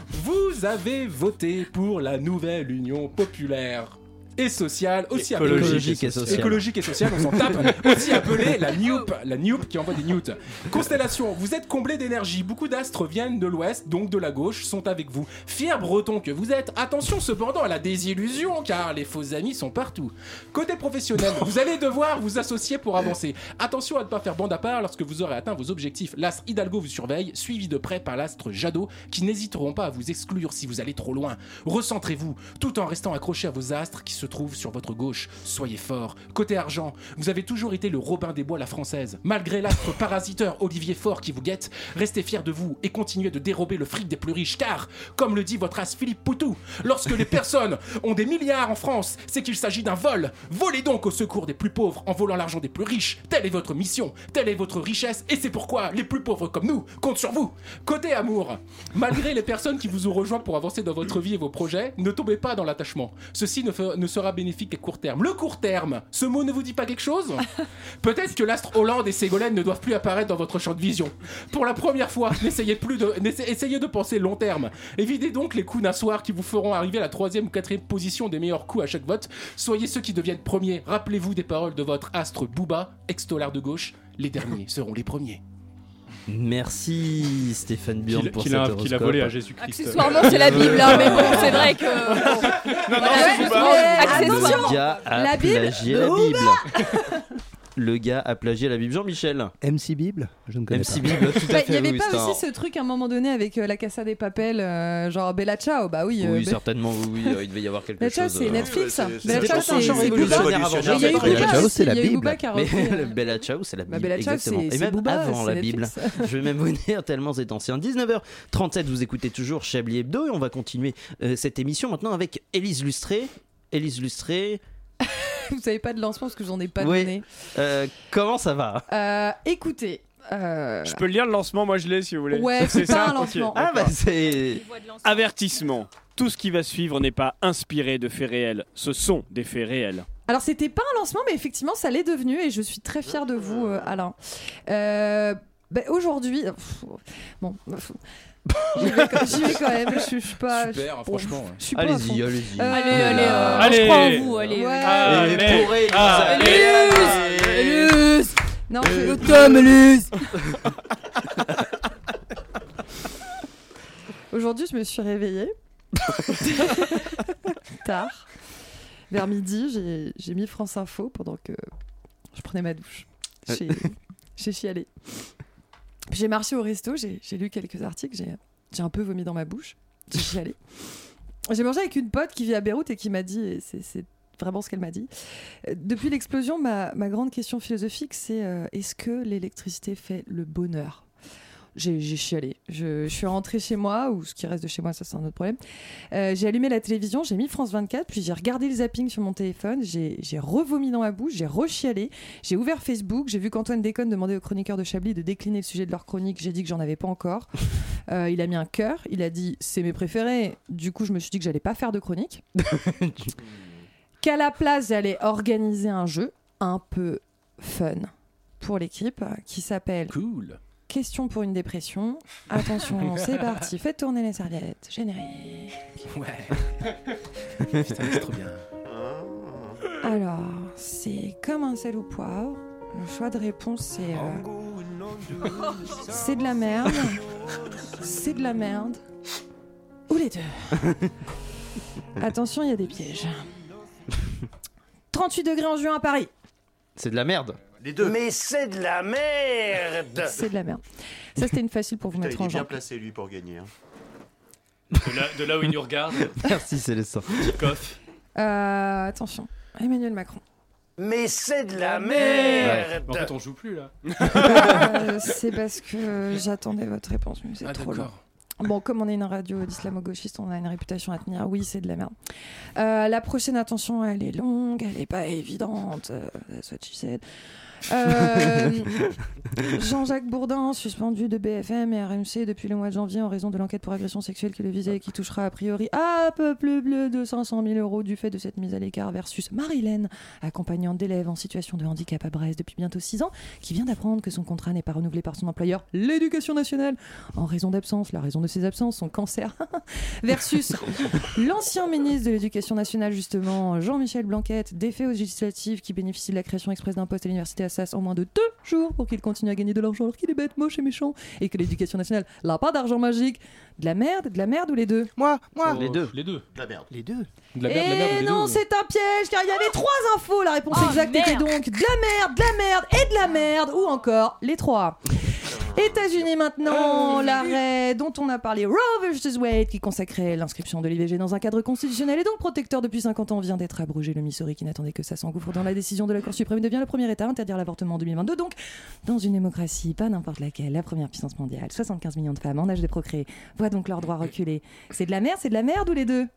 S16: Vous avez voté pour la nouvelle union populaire et sociale, aussi
S1: Écologique
S16: appelée-
S1: et sociale.
S16: Écologique et sociale, on s'en tape. aussi appelée la Newp, la Newp qui envoie des newts. Constellation, vous êtes comblé d'énergie. Beaucoup d'astres viennent de l'ouest, donc de la gauche, sont avec vous. Fier breton que vous êtes, attention cependant à la désillusion, car les faux amis sont partout. Côté professionnel, vous allez devoir vous associer pour avancer. Attention à ne pas faire bande à part lorsque vous aurez atteint vos objectifs. L'astre Hidalgo vous surveille, suivi de près par l'astre Jadot, qui n'hésiteront pas à vous exclure si vous allez trop loin. Recentrez-vous, tout en restant accroché à vos astres qui se trouvent sur votre gauche. Soyez fort. Côté argent, vous avez toujours été le Robin des Bois la française. Malgré l'astre parasiteur Olivier Faure qui vous guette, restez fiers de vous et continuez de dérober le fric des plus riches. Car, comme le dit votre as Philippe Poutou, lorsque les personnes ont des milliards en France, c'est qu'il s'agit d'un vol. Volez donc au secours des plus pauvres en volant l'argent des plus riches. Telle est votre mission, telle est votre richesse et c'est pourquoi les plus pauvres comme nous comptent sur vous. Côté amour, malgré les personnes qui vous ont rejoint pour avancer dans votre vie et vos projets, ne tombez pas dans l'attachement. Ceci ne, fe- ne sera bénéfique qu'à court terme. Le court terme, ce mot ne vous dit pas quelque chose Peut-être que l'astre Hollande et Ségolène ne doivent plus apparaître dans votre champ de vision. Pour la première fois, n'essayez plus de, n'essa- essayez de penser long terme. Évitez donc les coups d'un soir qui vous feront arriver à la troisième ou quatrième position des meilleurs coups à chaque vote. Soyez ceux qui deviennent premiers. Rappelez-vous des paroles de votre astre Booba, ex-tolard de gauche. Les derniers seront les premiers.
S1: Merci Stéphane Burn
S16: Qu'il-
S1: pour
S16: qu'il
S1: cet
S16: a-
S1: horoscope.
S16: qu'il a volé à Jésus-Christ.
S13: Accessoirement, c'est la Bible, hein, mais bon, c'est vrai que.
S10: non,
S13: Voilà,
S10: c'est
S13: juste-
S10: pas-
S13: mais
S10: Attention.
S1: Le gars a
S10: La Bible
S1: plagié
S10: de
S13: bah
S1: la
S10: Booba.
S1: Bible. Le gars a plagié la Bible. Jean-Michel.
S20: MC Bible Je ne connais
S1: MC
S20: pas.
S1: Bible, tout à
S10: Bah,
S1: fait.
S10: Il n'y avait
S1: oui,
S10: pas
S1: c'est un-
S10: aussi ce truc à un moment donné avec euh, la Casa des Papel, euh, genre Bella Ciao Bah oui. euh,
S1: Oui,
S10: Be-
S1: certainement, oui, oui, euh, il devait y avoir quelque
S10: Bella Ciao,
S1: chose.
S10: c'est
S1: euh,
S10: Netflix. Bella
S1: C'était
S10: Ciao,
S1: pour son
S10: c'est
S1: genre
S10: c'est Booba.
S1: révolutionnaire avant
S10: Il y a eu
S1: Bernard
S10: Booba
S1: Tapie.
S10: aussi, il y a eu Booba qui a repris, euh,
S1: Mais Bella Ciao, c'est la
S10: Bah,
S1: Bible.
S10: Bella Ciao,
S1: exactement.
S10: c'est-
S1: Et
S10: c'est
S1: même
S10: Booba,
S1: avant
S10: c'est
S1: la Bible.
S10: Netflix.
S1: Je vais même vous dire, tellement c'est ancien. 19h37, vous écoutez toujours Chablis Hebdo et on va continuer euh, cette émission maintenant avec Élise Lustré. Élise Lustré.
S10: Vous savez pas de lancement parce que j'en ai pas
S1: Oui.
S10: donné.
S1: Euh, comment ça va
S10: Euh, écoutez. euh,
S17: Je peux lire le lancement, moi je l'ai si vous voulez.
S10: Ouais, c'est pas un lancement.
S17: ok.
S10: Ah, bah,
S1: c'est.
S17: Avertissement. Tout ce qui va suivre n'est pas inspiré de faits réels. Ce sont des faits réels.
S10: Alors c'était pas un lancement, mais effectivement ça l'est devenu et je suis très fière de vous, euh, Alain. Euh, bah, Aujourd'hui, pff, bon, euh, pff, j'y vais, quand- j'y vais quand même. Je, je suis pas.
S16: Super,
S10: je-
S16: franchement,
S10: je suis pas à fond.
S1: Allez-y, allez-y.
S10: Euh,
S13: Allez, allez, euh,
S10: Allez.
S13: je crois en vous, allez.
S10: Ouais.
S1: Et
S10: Allez.
S1: pour Élise.
S10: Allez.
S1: allez.
S13: Élise
S10: Non,
S1: Euh,
S10: je-
S1: le tome, Élise.
S10: Aujourd'hui, je me suis réveillée tard, vers midi. j'ai- J'ai mis France Info pendant que je prenais ma douche. J'ai j'ai chialé. Puis J'ai marché au resto, j'ai j'ai lu quelques articles, j'ai j'ai un peu vomi dans ma bouche. J'ai chialé. J'ai mangé avec une pote qui vit à Beyrouth et qui m'a dit et c'est- c'est vraiment ce qu'elle m'a dit. Euh, Depuis l'explosion, ma, ma grande question philosophique, c'est euh, est-ce que l'électricité fait le bonheur j'ai j'ai chialé. Je, je suis rentrée chez moi, ou ce qui reste de chez moi, ça c'est un autre problème. Euh, j'ai allumé la télévision, j'ai mis France 24, puis j'ai regardé le zapping sur mon téléphone, j'ai j'ai revomi dans ma bouche, j'ai rechialé, j'ai ouvert Facebook, j'ai vu qu'Antoine Déconne demandait aux chroniqueurs de Chablis de décliner le sujet de leur chronique, j'ai dit que j'en avais pas encore. Euh, il a mis un cœur, il a dit c'est mes préférés, du coup je me suis dit que j'allais pas faire de chronique. Qu'à la place, j'allais organiser un jeu un peu fun pour l'équipe euh, qui s'appelle
S16: Cool.
S10: Question pour une dépression. Attention, c'est parti. Faites tourner les serviettes. Générique.
S16: Ouais. Putain, c'est trop bien.
S13: Ah.
S10: Alors, c'est comme un sel ou poivre. Le choix de réponse, c'est. euh, c'est de la merde. C'est de la merde. Ou les deux. Attention, il y a des pièges. 38 degrés en juin à Paris.
S1: C'est de la merde.
S9: Les deux.
S19: Mais c'est de la merde
S10: C'est de la merde. Ça, c'était une facile pour vous
S9: Putain,
S10: mettre
S9: il est
S10: en
S9: bien
S10: jambe.
S9: placé, lui, pour gagner. hein.
S11: De là, de là où il nous regarde,
S1: Merci Célestin.
S11: coffre.
S10: Euh, attention, Emmanuel Macron.
S19: Mais c'est de la
S11: merde.
S19: merde
S11: Ouais. En fait, on joue plus, là.
S10: Euh, c'est parce que j'attendais votre réponse, mais c'est
S11: Ah,
S10: trop long.
S11: d'accord.
S10: Bon, comme on est une radio d'islamo-gauchiste, on a une réputation à tenir. Oui, c'est de la merde. Euh, la prochaine, attention, elle est longue, elle n'est pas évidente. euh, that's what she said. Euh, Jean-Jacques Bourdin, suspendu de BFM et RMC depuis le mois de janvier en raison de l'enquête pour agression sexuelle qui le visait et qui touchera a priori à peu plus de 500 000 euros du fait de cette mise à l'écart versus Marilène, accompagnante d'élèves en situation de handicap à Brest depuis bientôt 6 ans, qui vient d'apprendre que son contrat n'est pas renouvelé par son employeur, l'éducation nationale, en raison d'absence, la raison de ses absences, son cancer, versus l'ancien ministre de l'Éducation nationale, justement, Jean-Michel Blanquette, défait aux législatives qui bénéficie de la création express d'un poste à l'université Assas en moins de deux jours pour qu'il continue à gagner de l'argent alors qu'il est bête, moche et méchant, et que l'Éducation nationale n'a pas d'argent magique. De la merde, de la merde ou les deux Moi, moi
S11: Oh, Les deux.
S9: De la merde.
S1: Les deux.
S11: De la merde, de la merde,
S10: et
S11: les
S10: non,
S11: deux.
S10: c'est un piège car il y avait trois infos. La réponse exacte était donc de la merde, de la merde et de la merde, ou encore les trois. États-Unis maintenant, l'arrêt dont on a parlé, Roe vs. Wade, qui consacrait l'inscription de l'IVG dans un cadre constitutionnel et donc protecteur depuis 50 ans, vient d'être abrogé. Le Missouri, qui n'attendait que ça s'engouffre dans la décision de la Cour suprême, devient le premier État à interdire l'avortement en 2022. Donc, dans une démocratie, pas n'importe laquelle, la première puissance mondiale, 75 millions de femmes en âge de procréer, voient donc leurs droits reculer. C'est de la merde, c'est de la merde ou les deux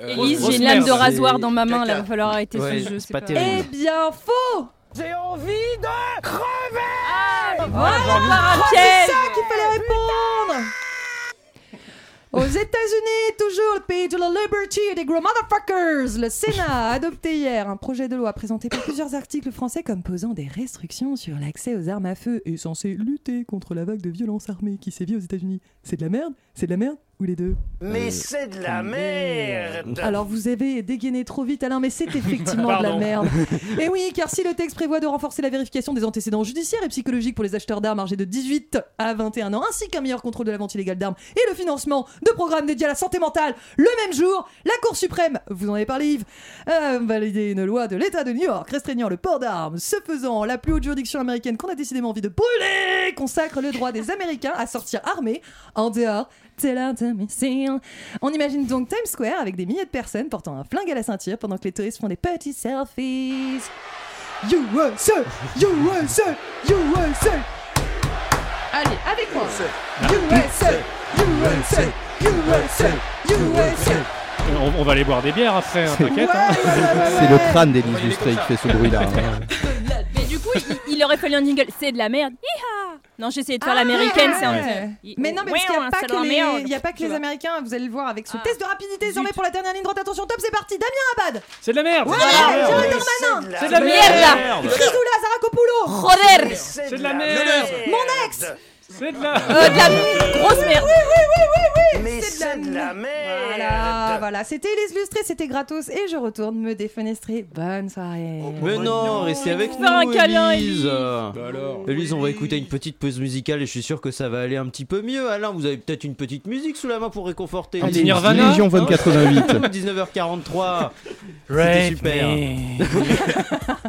S19: Euh,
S13: Élise, j'ai une lame de rasoir dans ma main, là, va falloir arrêter
S1: Ouais,
S13: ce jeu.
S1: c'est pas terrible.
S10: Eh bien, faux
S19: J'ai envie de
S13: Ah,
S19: crever
S10: Voilà,
S19: Bravo,
S10: c'est ça
S19: Michel
S10: qu'il fallait répondre aux États-Unis, toujours le pays de la liberty et des gros motherfuckers, le Sénat a adopté hier un projet de loi présenté par plusieurs articles français comme posant des restrictions sur l'accès aux armes à feu et censé lutter contre la vague de violence armée qui sévit aux États-Unis. C'est de la merde C'est de la merde Ou les deux
S19: Mais c'est de la merde
S10: alors vous avez dégainé trop vite Alain, mais c'est effectivement de la
S19: Pardon.
S10: merde. Et oui, car si le texte prévoit de renforcer la vérification des antécédents judiciaires et psychologiques pour les acheteurs d'armes âgés de 18 à 21 ans, ainsi qu'un meilleur contrôle de la vente illégale d'armes et le financement de programmes dédiés à la santé mentale, le même jour, la Cour suprême, vous en avez parlé Yves, a validé une loi de l'État de New York restreignant le port d'armes. Ce faisant, la plus haute juridiction américaine qu'on a décidément envie de brûler consacre le droit des Américains à sortir armés en dehors de leur domicile. On imagine donc Times Square avec des milliers de personnes portant un flingue à la ceinture pendant que les touristes font des petits selfies. USA, USA, USA. Allez, avec moi. USA, USA,
S11: hein.
S10: USA, USA.
S11: Euh, On, on va aller boire des bières après, hein, t'inquiète.
S1: C'est le crâne d'Élise Lustré qui fait ce bruit-là. hein.
S13: Mais du coup, il, il aurait fallu un jingle. C'est de la merde. Hiha non, j'essayais de faire
S10: Ah
S13: l'américaine, c'est un.
S10: Mais non, mais parce
S13: Ouais,
S10: qu'il n'y
S13: hein,
S10: a, pas
S13: ça
S10: que
S13: doit
S10: les-
S13: merde.
S10: il y a pas que
S13: Tu
S10: les
S13: vois. Ah.
S10: Américains, vous allez le voir avec ce test de rapidité désormais pour la dernière ligne droite. Attention, top, c'est parti. Damien Abad.
S11: C'est de la merde.
S10: Ouais,
S11: c'est de la
S10: Gérald
S11: merde.
S10: Darmanin.
S11: C'est de la merde.
S10: Chrysoula Zarakopoulou.
S13: Joder.
S11: C'est de la merde.
S10: Mon ex.
S11: C'est de la.
S13: Euh, de la grosse merde.
S10: Oui, oui, oui, oui, oui.
S19: Mais c'est de la merde
S10: Voilà, voilà. C'était les illustrés, c'était gratos et je retourne me défenestrer. Bonne soirée.
S19: Oh,
S1: Mais non, restez avec nous, Bah
S13: faire un câlin,
S1: Élise. Élise, on va écouter une petite pause musicale et je suis sûr que ça va aller un petit peu mieux. Alain, vous avez peut-être une petite musique sous la main pour réconforter.
S15: Un
S1: Élise.
S15: petit Nirvana Légion 2088.
S1: Hein 19h43. C'était
S15: Rape
S1: super.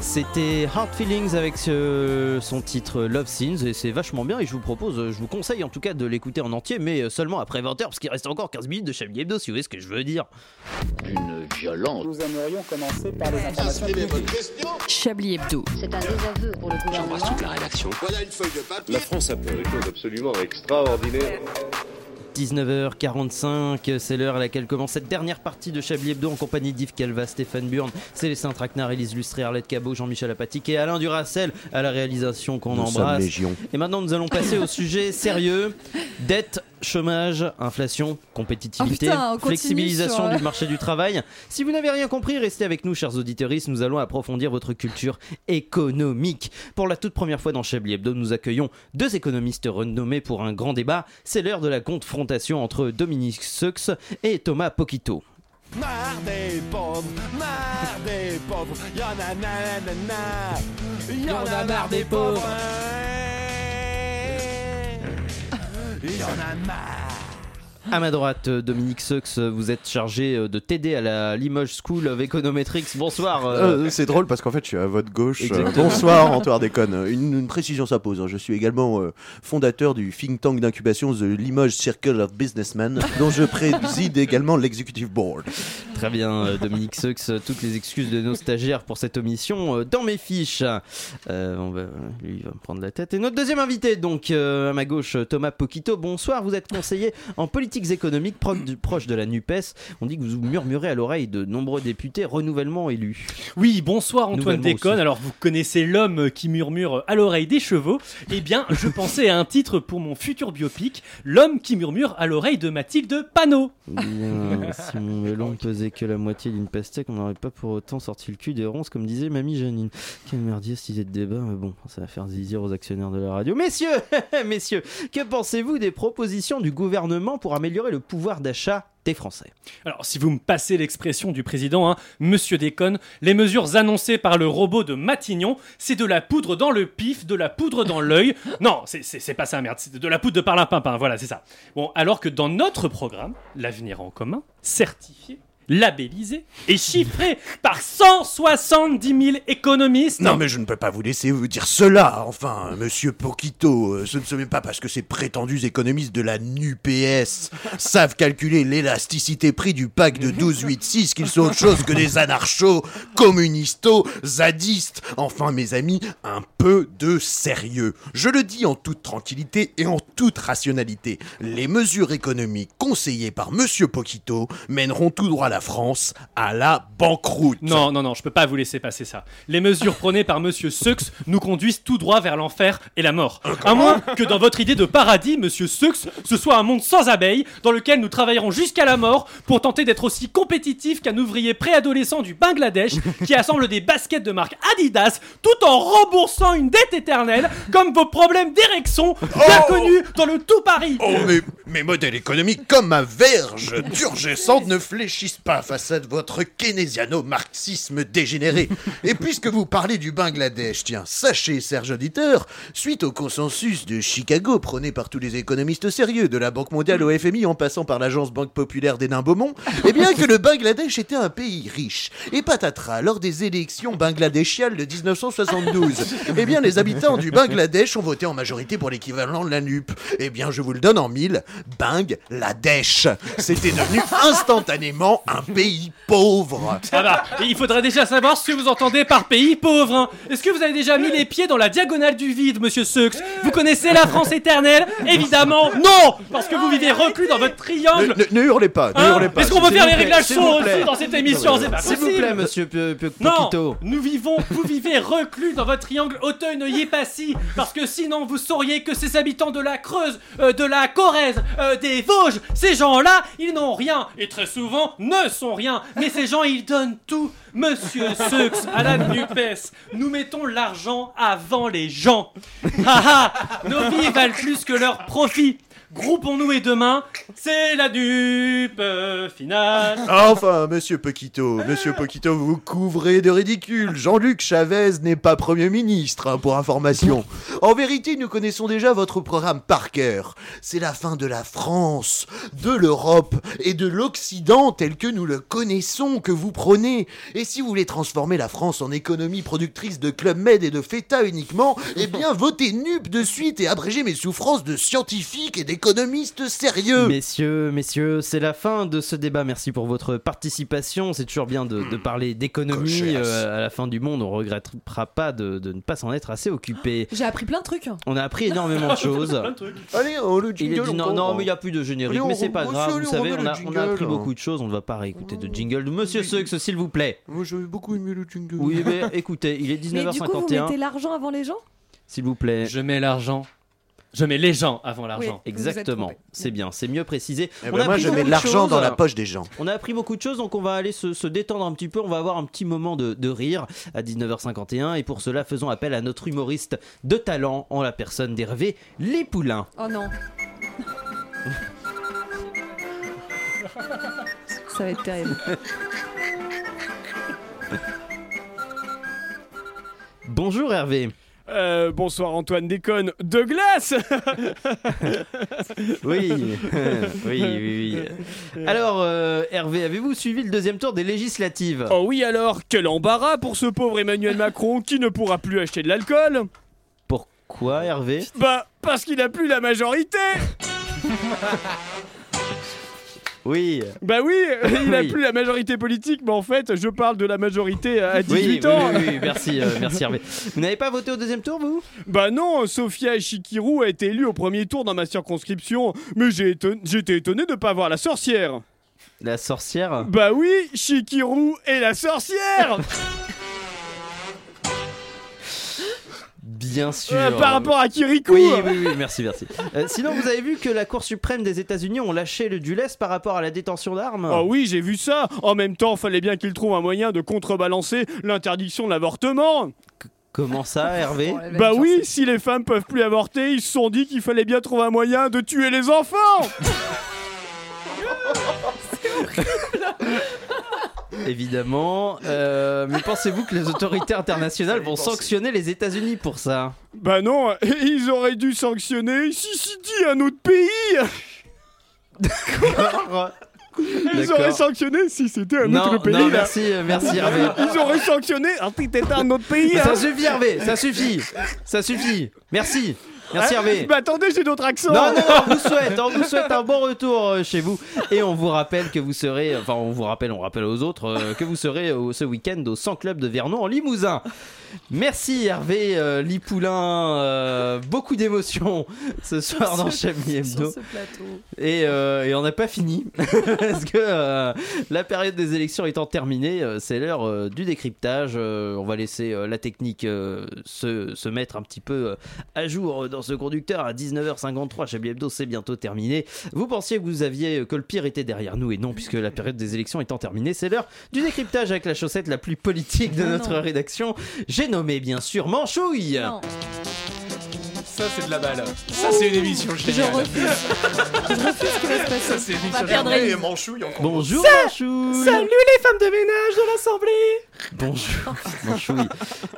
S1: C'était Hard Feelings avec ce- son titre Love Scenes et c'est vachement bien et je vous propose, je vous conseille en tout cas de l'écouter en entier mais seulement après 20h parce qu'il reste encore 15 minutes de Chablis Hebdo si vous voyez ce que je veux dire. Une violence.
S7: Nous aimerions commencer par les informations
S14: Chablis Hebdo. C'est un désaveu pour le hein.
S2: J'embrasse toute la rédaction. Voilà une feuille de papier. La France a fait des choses absolument extraordinaires.
S1: 19h45, c'est l'heure à laquelle commence cette dernière partie de Chablis Hebdo en compagnie d'Yves Calva, Stéphane Burn, Célestin Traquenard, Élise Lustré, Arlette Cabot, Jean-Michel Apatique et Alain Duracel à la réalisation qu'on
S9: Nous
S1: embrasse.
S9: sommes légion.
S1: Et maintenant, nous allons passer au sujet sérieux dette, chômage, inflation, compétitivité,
S10: Oh putain, on continue
S1: flexibilisation
S10: sur, euh,
S1: du marché du travail. Si vous n'avez rien compris, restez avec nous, chers auditeurs. Nous allons approfondir votre culture économique. Pour la toute première fois dans Chablis Hebdo, nous accueillons deux économistes renommés pour un grand débat. C'est l'heure de la confrontation entre Dominique Seux et Thomas Poquito.
S18: Marre des pauvres, marre des pauvres, y'en a na na na, y'en a marre des pauvres. Y'en a marre.
S1: À ma droite, euh, Dominique Seux, vous êtes chargé euh, de t'aider à la Limoges School of Econometrics. Bonsoir. euh,
S9: Euh, c'est drôle parce qu'en fait je suis à votre gauche. Euh,
S1: Exactement.
S9: bonsoir Antoine Déconne. Une, une précision s'impose. hein. Je suis également euh, fondateur du think tank d'incubation The Limoges Circle of Businessmen dont je préside également l'executive board.
S1: Très bien, euh, Dominique Seux, euh, toutes les excuses de nos stagiaires pour cette omission euh, dans mes fiches. Euh, on va, lui, il va me prendre la tête. Et notre deuxième invité, donc euh, à ma gauche, euh, Thomas Poquito. Bonsoir, vous êtes conseiller en politiques économiques pro- du- proche de la NUPES. On dit que vous murmurez à l'oreille de nombreux députés renouvellement élus.
S11: Oui, bonsoir Antoine
S1: Nouvellement
S11: Déconne.
S1: aussi.
S11: Alors, vous connaissez l'homme qui murmure à l'oreille des chevaux. Eh bien, je pensais à un titre pour mon futur biopic L'homme qui murmure à l'oreille de Mathilde Panot.
S1: Bien, euh, si mon melon pesait que la moitié d'une pastèque, on n'aurait pas pour autant sorti le cul des ronces, comme disait Mamie Janine. Quel merdier cette idée de débat, mais bon, ça va faire zizir aux actionnaires de la radio. Messieurs, messieurs, que pensez-vous des propositions du gouvernement pour améliorer le pouvoir d'achat des Français
S11: Alors, si vous me passez l'expression du président, hein, monsieur déconne, les mesures annoncées par le robot de Matignon, c'est de la poudre dans le pif, de la poudre dans l'œil. Non, c'est- c'est c'est pas ça, merde, c'est de la poudre de parlimpinpin, voilà, c'est ça. Bon, alors que dans notre programme, l'avenir en commun, certifié, labellisé et chiffré par 170 000 économistes.
S9: Non, mais je ne peux pas vous laisser vous dire cela. Enfin, monsieur Poquito, euh, ce ne se met pas parce que ces prétendus économistes de la NUPS savent calculer l'élasticité prix du pack de 12-8-6 qu'ils sont autre chose que des anarchos, communistos, zadistes. Enfin, mes amis, un peu de sérieux. Je le dis en toute tranquillité et en toute rationalité. Les mesures économiques conseillées par monsieur Poquito mèneront tout droit la France à la banqueroute.
S11: Non, non, non, je peux pas vous laisser passer ça. Les mesures prônées par Monsieur Seux nous conduisent tout droit vers l'enfer et la mort. À moins que dans votre idée de paradis, Monsieur Seux, ce soit un monde sans abeilles, dans lequel nous travaillerons jusqu'à la mort pour tenter d'être aussi compétitif qu'un ouvrier préadolescent du Bangladesh qui assemble des baskets de marque Adidas tout en remboursant une dette éternelle comme vos problèmes d'érection bien connus dans le tout Paris.
S9: Oh, mais mes modèles économiques, comme ma verge turgescente, ne fléchissent pas face à votre keynésiano-marxisme dégénéré. Et puisque vous parlez du Bangladesh, tiens, sachez, Serge Auditeur, suite au consensus de Chicago prôné par tous les économistes sérieux, de la Banque mondiale au FMI en passant par l'Agence Banque Populaire des Beaumont, eh bien que le Bangladesh était un pays riche. Et patatras, lors des élections bangladéchiales de 1972, eh bien les habitants du Bangladesh ont voté en majorité pour l'équivalent de la NUP. Eh bien, je vous le donne en mille, Bangladesh. C'était devenu instantanément un pays pauvre.
S11: Ah bah, il faudrait déjà savoir ce que vous entendez par pays pauvre. hein. Est-ce que vous avez déjà mis les pieds dans la diagonale du vide, monsieur Seux Vous connaissez la France éternelle Évidemment, non Parce que vous vivez reclus dans votre triangle.
S9: Ne, ne hurlez pas, ne
S11: Hein
S9: hurlez pas.
S11: Est-ce qu'on peut
S9: s'il
S11: faire
S9: vous
S11: les
S9: plaît,
S11: réglages
S9: s'il
S11: sourds
S9: vous
S11: aussi
S9: plaît.
S11: dans cette émission
S9: Non,
S11: C'est pas
S9: s'il vous
S11: possible
S9: plaît,
S1: monsieur P- P-
S11: non,
S1: Poquito.
S11: nous vivons, vous vivez reclus dans votre triangle Auteuil-Neuilly-Passy, parce que sinon vous sauriez que ces habitants de la Creuse, euh, de la Corrèze, euh, des Vosges, ces gens-là, ils n'ont rien, et très souvent ne sont rien, mais ces gens, ils donnent tout. Monsieur Seux, à la NUPES, nous mettons l'argent avant les gens. Ah ah, nos vies valent plus que leurs profits. Groupons-nous et demain, c'est la dupe euh, finale.
S9: Ah, Enfin, monsieur Poquito, monsieur Poquito, vous couvrez de ridicule. Jean-Luc Chavez n'est pas Premier ministre, hein, pour information. En vérité, nous connaissons déjà votre programme par cœur. C'est la fin de la France, de l'Europe et de l'Occident tel que nous le connaissons, que vous prenez. Et si vous voulez transformer la France en économie productrice de Club Med et de feta uniquement, eh bien, votez NUP de suite et abrégez mes souffrances de scientifiques et d'économistes sérieux.
S1: Messieurs, messieurs, c'est la fin de ce débat. Merci pour votre participation. C'est toujours bien de, de parler d'économie
S10: cocherasse.
S1: euh, à la fin du monde. On regrettera pas de, de ne pas s'en être assez occupé.
S10: J'ai appris plein de trucs. hein.
S1: On a appris énormément de choses.
S9: Allez, on le
S1: Il
S9: jingle,
S1: a dit
S9: on
S1: non,
S9: comprend.
S1: non, mais il n'y a plus de générique,
S9: Allez, on
S1: mais c'est pas
S9: remet-
S1: grave.
S9: allez,
S1: Vous
S9: on
S1: savez,
S9: remet
S1: on
S9: le
S1: a, on a appris
S9: jingle,
S1: beaucoup de choses. On ne va pas réécouter de jingle. de Monsieur Seux, s'il vous plaît.
S9: Moi, j'avais beaucoup aimé le jingle.
S1: Oui, mais écoutez, il est
S10: Mais du coup, vous mettez
S1: 19h51.
S10: l'argent avant les gens
S1: S'il vous plaît.
S11: Je mets l'argent. Je mets les gens avant l'argent.
S1: Oui, Exactement. C'est bien, c'est mieux précisé.
S9: Eh ben moi,
S1: appris
S9: je mets
S1: beaucoup
S9: de l'argent
S1: choses.
S9: dans la poche des gens.
S1: On a appris beaucoup de choses, donc on va aller se, se détendre un petit peu. On va avoir un petit moment de, de rire à 19h51. Et pour cela, faisons appel à notre humoriste de talent en la personne d'Hervé Les Poulains.
S10: Oh non. Ça va être terrible.
S1: Bonjour Hervé.
S17: Euh, bonsoir Antoine Déconne de glace
S1: Oui, oui, oui, oui. Alors, euh, Hervé, avez-vous suivi le deuxième tour des législatives
S17: Oh oui alors, quel embarras pour ce pauvre Emmanuel Macron qui ne pourra plus acheter de l'alcool
S1: Quoi, Hervé
S17: Bah, parce qu'il a plus la majorité
S1: Oui.
S17: Bah oui, il a
S1: Oui.
S17: plus la majorité politique, mais en fait, je parle de la majorité à
S1: Oui,
S17: 18
S1: oui,
S17: ans
S1: oui, oui, merci, euh, merci Hervé. Vous n'avez pas voté au deuxième tour, vous
S17: Bah non, Sofia Shikiru a été élue au premier tour dans ma circonscription, mais j'ai éton- j'étais étonné de pas voir la sorcière
S1: La sorcière
S17: Bah oui, Shikiru est la sorcière
S1: Bien sûr.
S17: Euh, par rapport à Kirikou
S1: Oui, oui, oui, merci, merci. Euh, sinon, vous avez vu que la Cour suprême des États-Unis ont lâché le Dulles par rapport à la détention d'armes
S17: Oh oui, j'ai vu ça En même temps, fallait bien qu'il trouve un moyen de contrebalancer l'interdiction de l'avortement
S1: Comment ça, Hervé
S17: Bah oui, si les femmes peuvent plus avorter, ils se sont dit qu'il fallait bien trouver un moyen de tuer les enfants
S1: Évidemment. Euh, mais pensez-vous que les autorités internationales vont sanctionner les États-Unis pour ça
S17: Bah non, ils auraient dû sanctionner, si si dit, un autre pays Ils
S1: D'accord.
S17: auraient sanctionné si c'était un
S1: Non,
S17: autre pays
S1: non,
S17: là.
S1: merci, euh, merci, Hervé.
S17: Ils auraient sanctionné un petit état un autre pays
S1: Mais
S17: hein.
S1: ça suffit, Hervé, ça suffit. Ça suffit. Merci. Merci,
S17: Ah,
S1: Hervé.
S17: Bah attendez, j'ai d'autres accents
S1: Non, non, non, on vous souhaite, on vous souhaite un bon retour euh, chez vous. Et on vous rappelle que vous serez, euh, enfin, on vous rappelle, on rappelle aux autres euh, que vous serez au- ce week-end au 100 Club de Vernon en Limousin. Merci Hervé euh, Lipoulin, euh, beaucoup d'émotions ce soir dans Chablis Hebdo. Et, euh, et on n'a pas fini, parce que euh, la période des élections étant terminée, euh, c'est l'heure euh, du décryptage. Euh, on va laisser euh, la technique euh, se, se mettre un petit peu euh, à jour euh, dans ce conducteur. À 19h53, Chablis Hebdo, c'est bientôt terminé. Vous pensiez que vous aviez euh, que le pire était derrière nous, et non, puisque la période des élections étant terminée, c'est l'heure du décryptage avec la chaussette la plus politique de
S10: Non,
S1: notre
S10: non.
S1: rédaction. J'ai nommé, bien sûr, Manchouille
S10: Non.
S16: Ça, c'est de la balle. Ça, c'est une émission géniale. Ça, c'est une émission géniale.
S9: Et Manchouille encore.
S1: Bonjour
S16: Ça-
S1: Manchouille
S16: Salut les femmes de ménage de l'Assemblée
S1: Bonjour, Manchouille.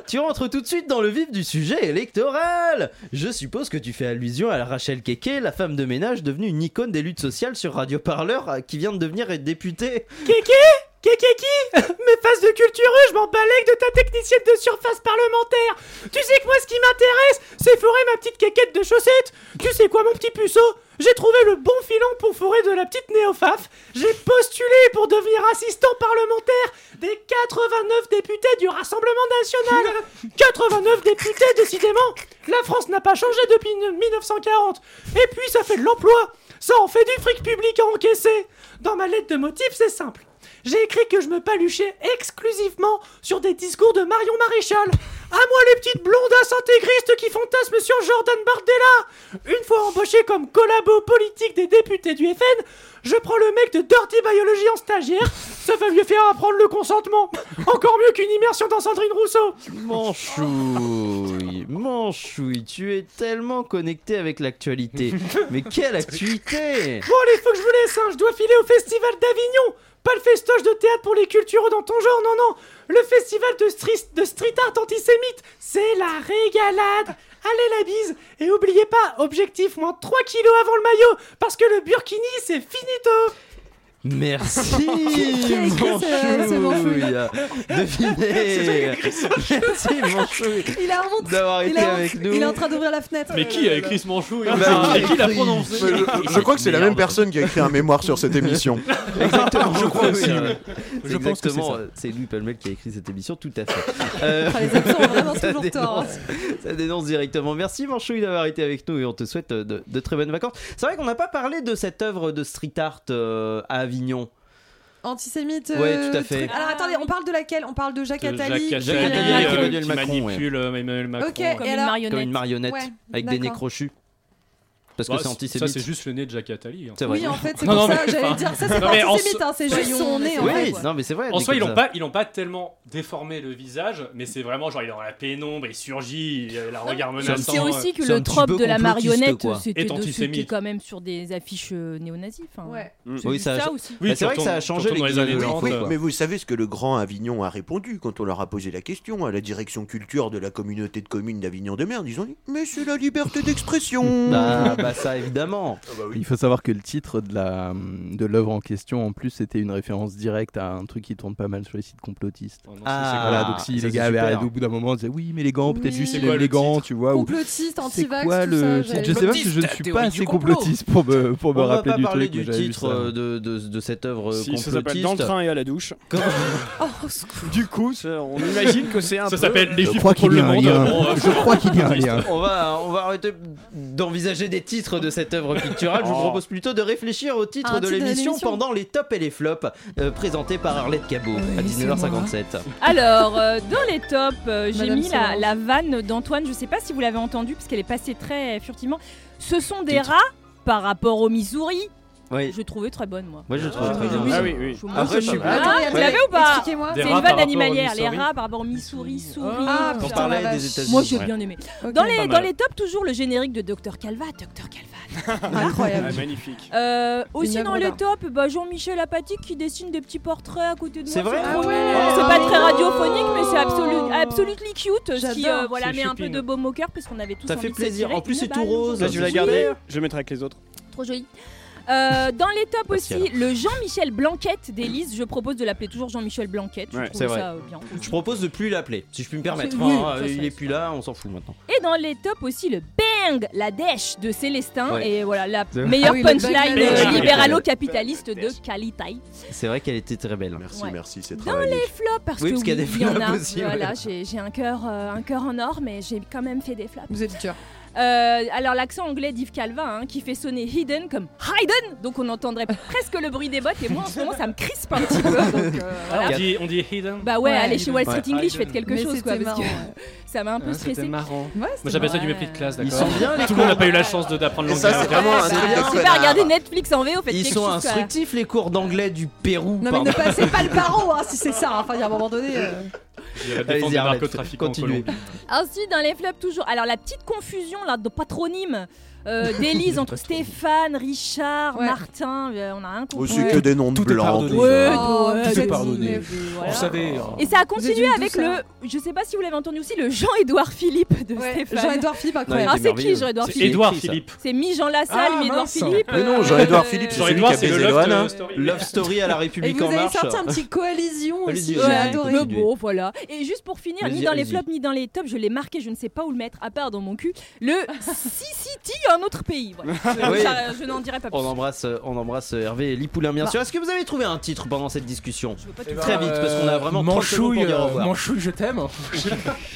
S1: tu rentres tout de suite dans le vif du sujet électoral. Je suppose que tu fais allusion à Rachel Keke, la femme de ménage devenue une icône des luttes sociales sur Radio Parleur, euh, qui vient de devenir députée.
S5: Kéké Kéké qui Mes faces de cultureux, je m'en balèque de ta technicienne de surface parlementaire Tu sais que moi, ce qui m'intéresse, c'est forer ma petite quéquette de chaussette Tu sais quoi, mon petit puceau J'ai trouvé le bon filon pour forer de la petite néofaf J'ai postulé pour devenir assistant parlementaire des 89 députés du Rassemblement National 89 députés, décidément La France n'a pas changé depuis 1940 Et puis, ça fait de l'emploi ça en fait du fric public à encaisser Dans ma lettre de motif, c'est simple. J'ai écrit que je me paluchais exclusivement sur des discours de Marion Maréchal. À moi les petites blondasses intégristes qui fantasment sur Jordan Bardella Une fois embauché comme collabo politique des députés du FN, je prends le mec de Dirty Biology en stagiaire, ça va lui faire apprendre le consentement Encore mieux qu'une immersion dans Sandrine Rousseau
S1: Manchouille, Manchoui, tu es tellement connecté avec l'actualité. Mais quelle actualité
S5: Bon, allez, faut que je vous laisse, hein. je dois filer au Festival d'Avignon Pas le festoche de théâtre pour les cultureux dans ton genre, non, non Le festival de, stri- de street art antisémite, c'est la régalade Allez la bise Et oubliez pas, objectif moins 3 kilos avant le maillot, parce que le burkini, c'est finito
S1: Merci
S5: Qui a écrit ça C'est
S1: Manchouille
S5: Manchouille.
S1: Devinez Merci Manchouille
S10: Il a honte.
S1: d'avoir
S10: Il
S1: été
S10: a honte.
S1: avec nous.
S10: Il est en train d'ouvrir la fenêtre.
S11: Mais qui a écrit ce manchouille
S1: Bah,
S11: Et qui l'a
S1: écrit.
S11: prononcé
S9: Mais Bah, Je, je crois que c'est la même personne qui a écrit un mémoire sur cette émission.
S10: Mm.
S1: Exactement, je crois
S9: aussi,
S1: euh,
S9: Je
S1: exactement,
S9: pense que c'est ça.
S1: euh, c'est Louis Palmel qui a écrit cette émission, tout à fait. Euh,
S10: Ah, les accents ont vraiment
S1: ça,
S10: toujours tort, hein.
S1: dénonce, ça dénonce directement. Merci Manchouille d'avoir été avec nous et on te souhaite euh, de, de très bonnes vacances. C'est vrai qu'on n'a pas parlé de cette œuvre de street art euh, à Avignon.
S10: Antisémite.
S1: Ouais,
S10: euh,
S1: tout à fait.
S10: truc. Alors attendez, on parle de laquelle On parle de Jacques
S11: Jacques
S10: Attali.
S11: Attali,
S1: Jacques Attali,
S11: euh,
S1: avec Emmanuel
S11: qui
S1: Macron,
S11: manipule euh, Emmanuel Macron.
S10: Ok, et alors-
S1: Comme une marionnette
S10: Ouais,
S1: avec des nez
S10: d'accord.
S1: crochus. Parce
S11: Bah,
S1: que c'est
S11: Ça,
S1: antisémite.
S11: c'est juste le nez de Jacques Attali. hein.
S1: C'est vrai.
S10: Oui, en fait, c'est
S11: Non,
S10: pour
S11: non,
S10: ça.
S11: mais-
S10: J'allais dire ça, c'est
S11: Non,
S10: pas
S11: mais en
S10: antisémite,
S11: so-
S10: hein, c'est juste son nez en
S1: Oui,
S10: fait.
S1: non, mais c'est vrai.
S11: En
S1: des
S11: soi, ils
S1: comme
S11: l'ont
S1: ça.
S11: pas, ils l'ont pas tellement déformé le visage, mais c'est vraiment genre il est dans la pénombre, il surgit, il a la regard menaçant.
S13: C'est aussi que
S11: C'est un
S13: le
S11: petit
S13: trope
S11: peu
S13: de la
S11: complotiste,
S13: marionnette,
S11: quoi.
S13: c'était
S11: Est
S13: de ceux qui est
S11: antisémite.
S13: quand même sur des affiches euh, néo-nazis. enfin, c'est
S1: Oui,
S13: juste
S1: ça a-
S13: aussi.
S1: Oui, Bah, c'est vrai que ça a changé
S11: surtout dans
S1: les
S11: les années
S1: guignols.
S11: 30.
S1: Oui,
S11: euh,
S1: oui.
S9: Mais vous savez ce que le grand Avignon a répondu quand on leur a posé la question à la direction culture de la communauté de communes d'Avignon de Mer Ils ont dit Mais c'est la liberté d'expression
S1: Bah, bah, ça évidemment.
S15: Il faut savoir que le titre de la de l'œuvre en question, en plus, c'était une référence directe à un truc qui tourne pas mal sur les sites complotistes.
S1: non, ça, c'est
S15: ah,
S1: cool.
S15: voilà, donc si
S1: Ça,
S15: les
S1: c'est
S15: gars avaient
S1: super.
S15: arrêté au bout d'un moment, on disait oui, mais les gants, peut-être
S10: Oui.
S15: juste
S10: C'est
S15: il est
S10: quoi le
S15: élégant, tu vois. ou-
S10: Complotiste,
S15: C'est
S10: antivax,
S15: quoi
S10: tout
S15: le
S10: ça,
S15: titre Je
S10: j'avais-
S15: sais pas parce que je ne
S10: Complotiste,
S15: suis pas
S10: la
S1: Ah,
S10: théorie
S15: assez
S10: du complot.
S15: complotiste pour me pour me
S1: On va
S15: rappeler
S1: pas
S15: du
S1: parler
S15: truc. mais
S1: du
S15: j'avais vu
S1: titre
S15: ça.
S1: euh, de, de, de cette œuvre euh,
S17: Si, ça s'appelle
S1: complotiste.
S17: Dans le train et à la douche. Du Oh, coup, ça, on imagine que c'est un
S11: Ça
S17: peu-
S11: s'appelle Les
S15: Je crois qu'il y a un lien. Je crois qu'il y a un lien.
S1: On va, on va arrêter d'envisager des titres de cette œuvre picturale. Je vous
S17: Oh.
S1: propose plutôt de réfléchir au titre
S10: Un
S1: de
S10: titre de
S1: l'émission
S10: l'émission.
S1: pendant les tops et les flops euh, présentés par Arlette Cabot à 19h57.
S13: Alors, euh, dans les tops, euh, j'ai
S10: Madame
S13: mis la,
S10: Solange.
S13: la vanne d'Antoine. Je sais pas si vous l'avez entendue, parce qu'elle est passée très furtivement. Ce sont des rats par rapport au Missouri.
S1: Oui.
S13: Je trouvais très bonne, moi.
S1: Moi je trouve très bien.
S17: Ah oui, oui.
S13: Je vous
S1: Après, je suis
S13: Ah,
S1: Ah,
S10: Attendez,
S13: vous l'avez ou pas
S10: Expliquez-moi.
S11: Des
S13: C'est une
S11: rats par
S13: vanne
S11: rapport au
S13: animalière, les
S11: Missouri.
S13: rats par rapport au Missouri, souris. euh,
S10: Ah,
S1: On
S10: putain,
S1: parlait
S10: la
S1: des
S10: vache.
S1: États-Unis.
S13: Moi j'ai
S1: ouais.
S13: bien aimé.
S10: Ok.
S13: Dans, les,
S11: mal.
S13: dans les tops, toujours le générique de Dr Calva. Dr Calva.
S17: Ah,
S10: Incroyable.
S17: magnifique.
S13: Euh, aussi
S10: Une
S13: dans
S10: œuvre
S13: les
S10: d'art.
S13: tops, bah, Jean-Michel Apathy qui dessine des petits portraits à côté de moi.
S1: C'est vrai
S13: trop
S1: Ah ouais.
S13: mignon. C'est pas
S10: Oh.
S13: très radiophonique, mais c'est absolu- absolutely cute. Ce qui
S10: J'adore.
S13: euh, voilà,
S17: C'est
S13: met un peu
S17: shopping.
S13: de baume au cœur parce qu'on avait tous
S1: Ça
S13: envie
S1: fait
S13: de se Eh,
S1: plaisir.
S13: tirer
S1: En plus,
S13: une
S1: c'est tout
S13: balle
S1: rose.
S13: dans
S17: Ça, je vais la
S13: le
S17: garder,
S13: sourire.
S17: je vais mettre avec les autres.
S13: Trop joli. Euh, dans les tops
S1: Parce qu'il y
S13: aussi, le Jean-Michel Blanquette d'Élise. Je propose de l'appeler toujours Jean-Michel Blanquette. Je
S1: Ouais,
S13: trouve
S1: c'est vrai.
S13: ça euh, bien.
S1: Je propose de plus l'appeler, si je puis me permettre.
S13: Oui,
S1: Hein,
S13: ça, ça,
S1: il est
S13: ça.
S1: plus là, on s'en fout maintenant.
S13: Et dans les tops aussi, le bang, la dèche de Célestin.
S1: Ouais.
S13: Et voilà, la
S1: vrai.
S13: meilleure
S10: Ah oui, le
S13: punchline
S10: bang, la
S13: euh,
S1: dèche.
S13: libéralo-capitaliste de Calitaï.
S1: C'est vrai qu'elle était très belle.
S9: Merci,
S13: Ouais.
S9: merci, c'est
S13: Dans
S9: travaillé.
S13: les flops, parce
S1: Oui,
S13: que
S1: parce qu'il y a des
S13: il y en
S1: flops
S13: a.
S1: aussi,
S13: voilà,
S1: ouais.
S13: j'ai, j'ai un cœur, euh, un cœur en or, mais j'ai quand même fait des flops.
S10: Vous êtes dur.
S13: Euh, alors l'accent anglais d'Yves Calvin, hein, qui fait sonner hidden comme Hayden, donc on entendrait presque le bruit des bottes. Et moi, en ce moment, ça me crispe un petit peu. donc, euh,
S1: Quatre.
S11: Ah,
S13: voilà.
S11: On dit, on dit hidden.
S13: Bah ouais,
S10: Ouais,
S13: allez chez Wall Street
S11: Ouais.
S13: English, faites quelque
S10: Mais
S13: chose, quoi,
S10: c'était
S13: parce que
S10: marrant,
S13: ça m'a un peu
S11: C'était
S13: stressé.
S11: marrant.
S10: Ouais,
S11: Moi
S10: c'était
S11: j'appelle ça du
S10: marrant.
S11: mépris de classe,
S1: Ils
S11: d'accord
S1: sont bien, les
S11: Tout le monde n'a
S1: cons.
S11: pas eu la chance de- d'apprendre
S9: Et ça,
S11: l'anglais.
S9: c'est
S13: Ah,
S1: Ah,
S9: vraiment un
S10: bah,
S9: truc
S10: c'est
S9: de
S13: Je sais
S9: connard.
S13: pas regarder Netflix en VO, faites
S1: Ils
S13: quelque
S1: sont
S13: chose. quoi.
S1: instructifs les cours d'anglais du Pérou.
S10: Non, mais
S1: pardon.
S10: ne passez pas le barreau, hein, si c'est ça. hein. Enfin, il y a un moment donné. euh,
S11: J'irais
S1: Allez-y,
S11: défendre des
S1: Arlette,
S11: narcotrafiquants en
S1: continuez.
S11: Colombie.
S13: Ensuite, dans les flops, toujours. Alors, la petite confusion là, de patronyme euh, d'Élise entre Stéphane, Richard,
S10: Ouais.
S13: Martin. euh, on a rien
S9: Oh,
S13: compris.
S9: c'est que des noms de
S12: Tout est
S9: blancs.
S12: pardonné.
S9: tout ça.
S13: Ouais.
S10: oh,
S13: ouais,
S10: vous
S12: tout est
S10: êtes-
S12: pardonné.
S10: mais vous- voilà.
S12: Vous savez. hein.
S13: Et ça a
S10: Vous
S13: continué
S10: êtes une
S13: avec le.
S10: douceur.
S13: Je sais pas si vous l'avez entendu aussi, le Jean-Édouard Philippe de
S10: Ouais,
S13: Stéphane.
S10: Jean-Edouard Philippe,
S13: Ah,
S10: incroyable.
S13: c'est qui
S1: merveilleux.
S13: Jean-Édouard
S1: C'est
S11: C'est
S13: Philippe
S11: Édouard
S1: écrit, ça.
S11: Philippe.
S13: C'est mi Jean Lassalle,
S12: Ah,
S13: mi Édouard
S12: mince.
S13: Philippe.
S9: Mais non,
S13: euh,
S9: Jean-Édouard Philippe, c'est celui qui
S11: Jean-Edouard,
S9: a
S11: c'est le euh,
S9: baisé
S11: love
S9: Loana.
S11: de Story.
S1: Love Story à la
S10: Et
S1: République
S10: vous
S1: en
S10: avez
S1: marche.
S10: sorti un petit coalition aussi,
S1: Allez-y,
S10: j'ai
S13: Ouais,
S1: allez-y.
S10: adoré.
S13: mais
S1: idée.
S13: bon, voilà. Et juste pour finir, ni
S1: Allez-y,
S13: dans les
S1: allez-y.
S13: flops, ni dans les tops, je l'ai marqué, je ne sais pas où le mettre, à part dans mon cul, le Sicity, un autre pays. Voilà. Je,
S1: Oui.
S13: ça, je n'en dirai pas plus.
S1: On embrasse, euh, on embrasse Hervé et Lipoulin, bien
S13: Bah.
S1: sûr. Est-ce que vous avez trouvé un titre pendant cette discussion
S13: Je veux pas tout
S12: Eh ben,
S1: Très vite, parce qu'on a vraiment
S12: euh,
S1: 30 secondes
S12: Manchouille,
S1: pour dire au
S12: euh,
S1: revoir.
S12: Manchouille, je t'aime.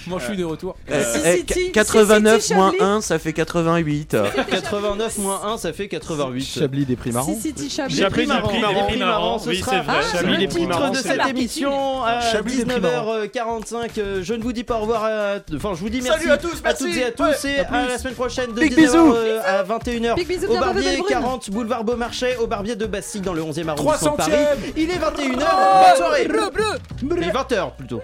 S12: Manchouille de retour.
S9: Euh,
S10: Si,
S9: eh,
S10: si, si,
S9: 89
S10: si, si,
S9: moins
S10: Charlie.
S9: 1, ça fait 88.
S1: 89 moins 1, ça fait 88.
S15: Chablis des primarons.
S10: Si, si, si, Chablis.
S1: J'ai appris
S11: Chablis des
S1: marrant,
S11: primarons,
S1: les primarons, ce
S11: oui,
S1: sera
S11: c'est vrai.
S1: le
S11: Chablis des
S1: titre
S11: primarons,
S1: de
S11: c'est
S1: cette
S11: vrai.
S1: émission à
S12: Chablis des primarons.
S1: 19h45. euh, Je ne vous dis pas au revoir. à- Enfin, je vous dis merci
S9: Salut à tous, merci.
S1: toutes et à tous et à la semaine prochaine de
S9: Big
S1: 19h
S9: bisous.
S1: euh, à 21h
S10: Big bisous,
S1: au
S10: bien, bonne
S1: Barbier
S10: brune.
S1: 40 boulevard Beaumarchais au Barbier de Bastille dans le 11e arrondissement de Paris.
S12: 300e.
S1: Il est 21h. Bonne soirée. Et 20h plutôt.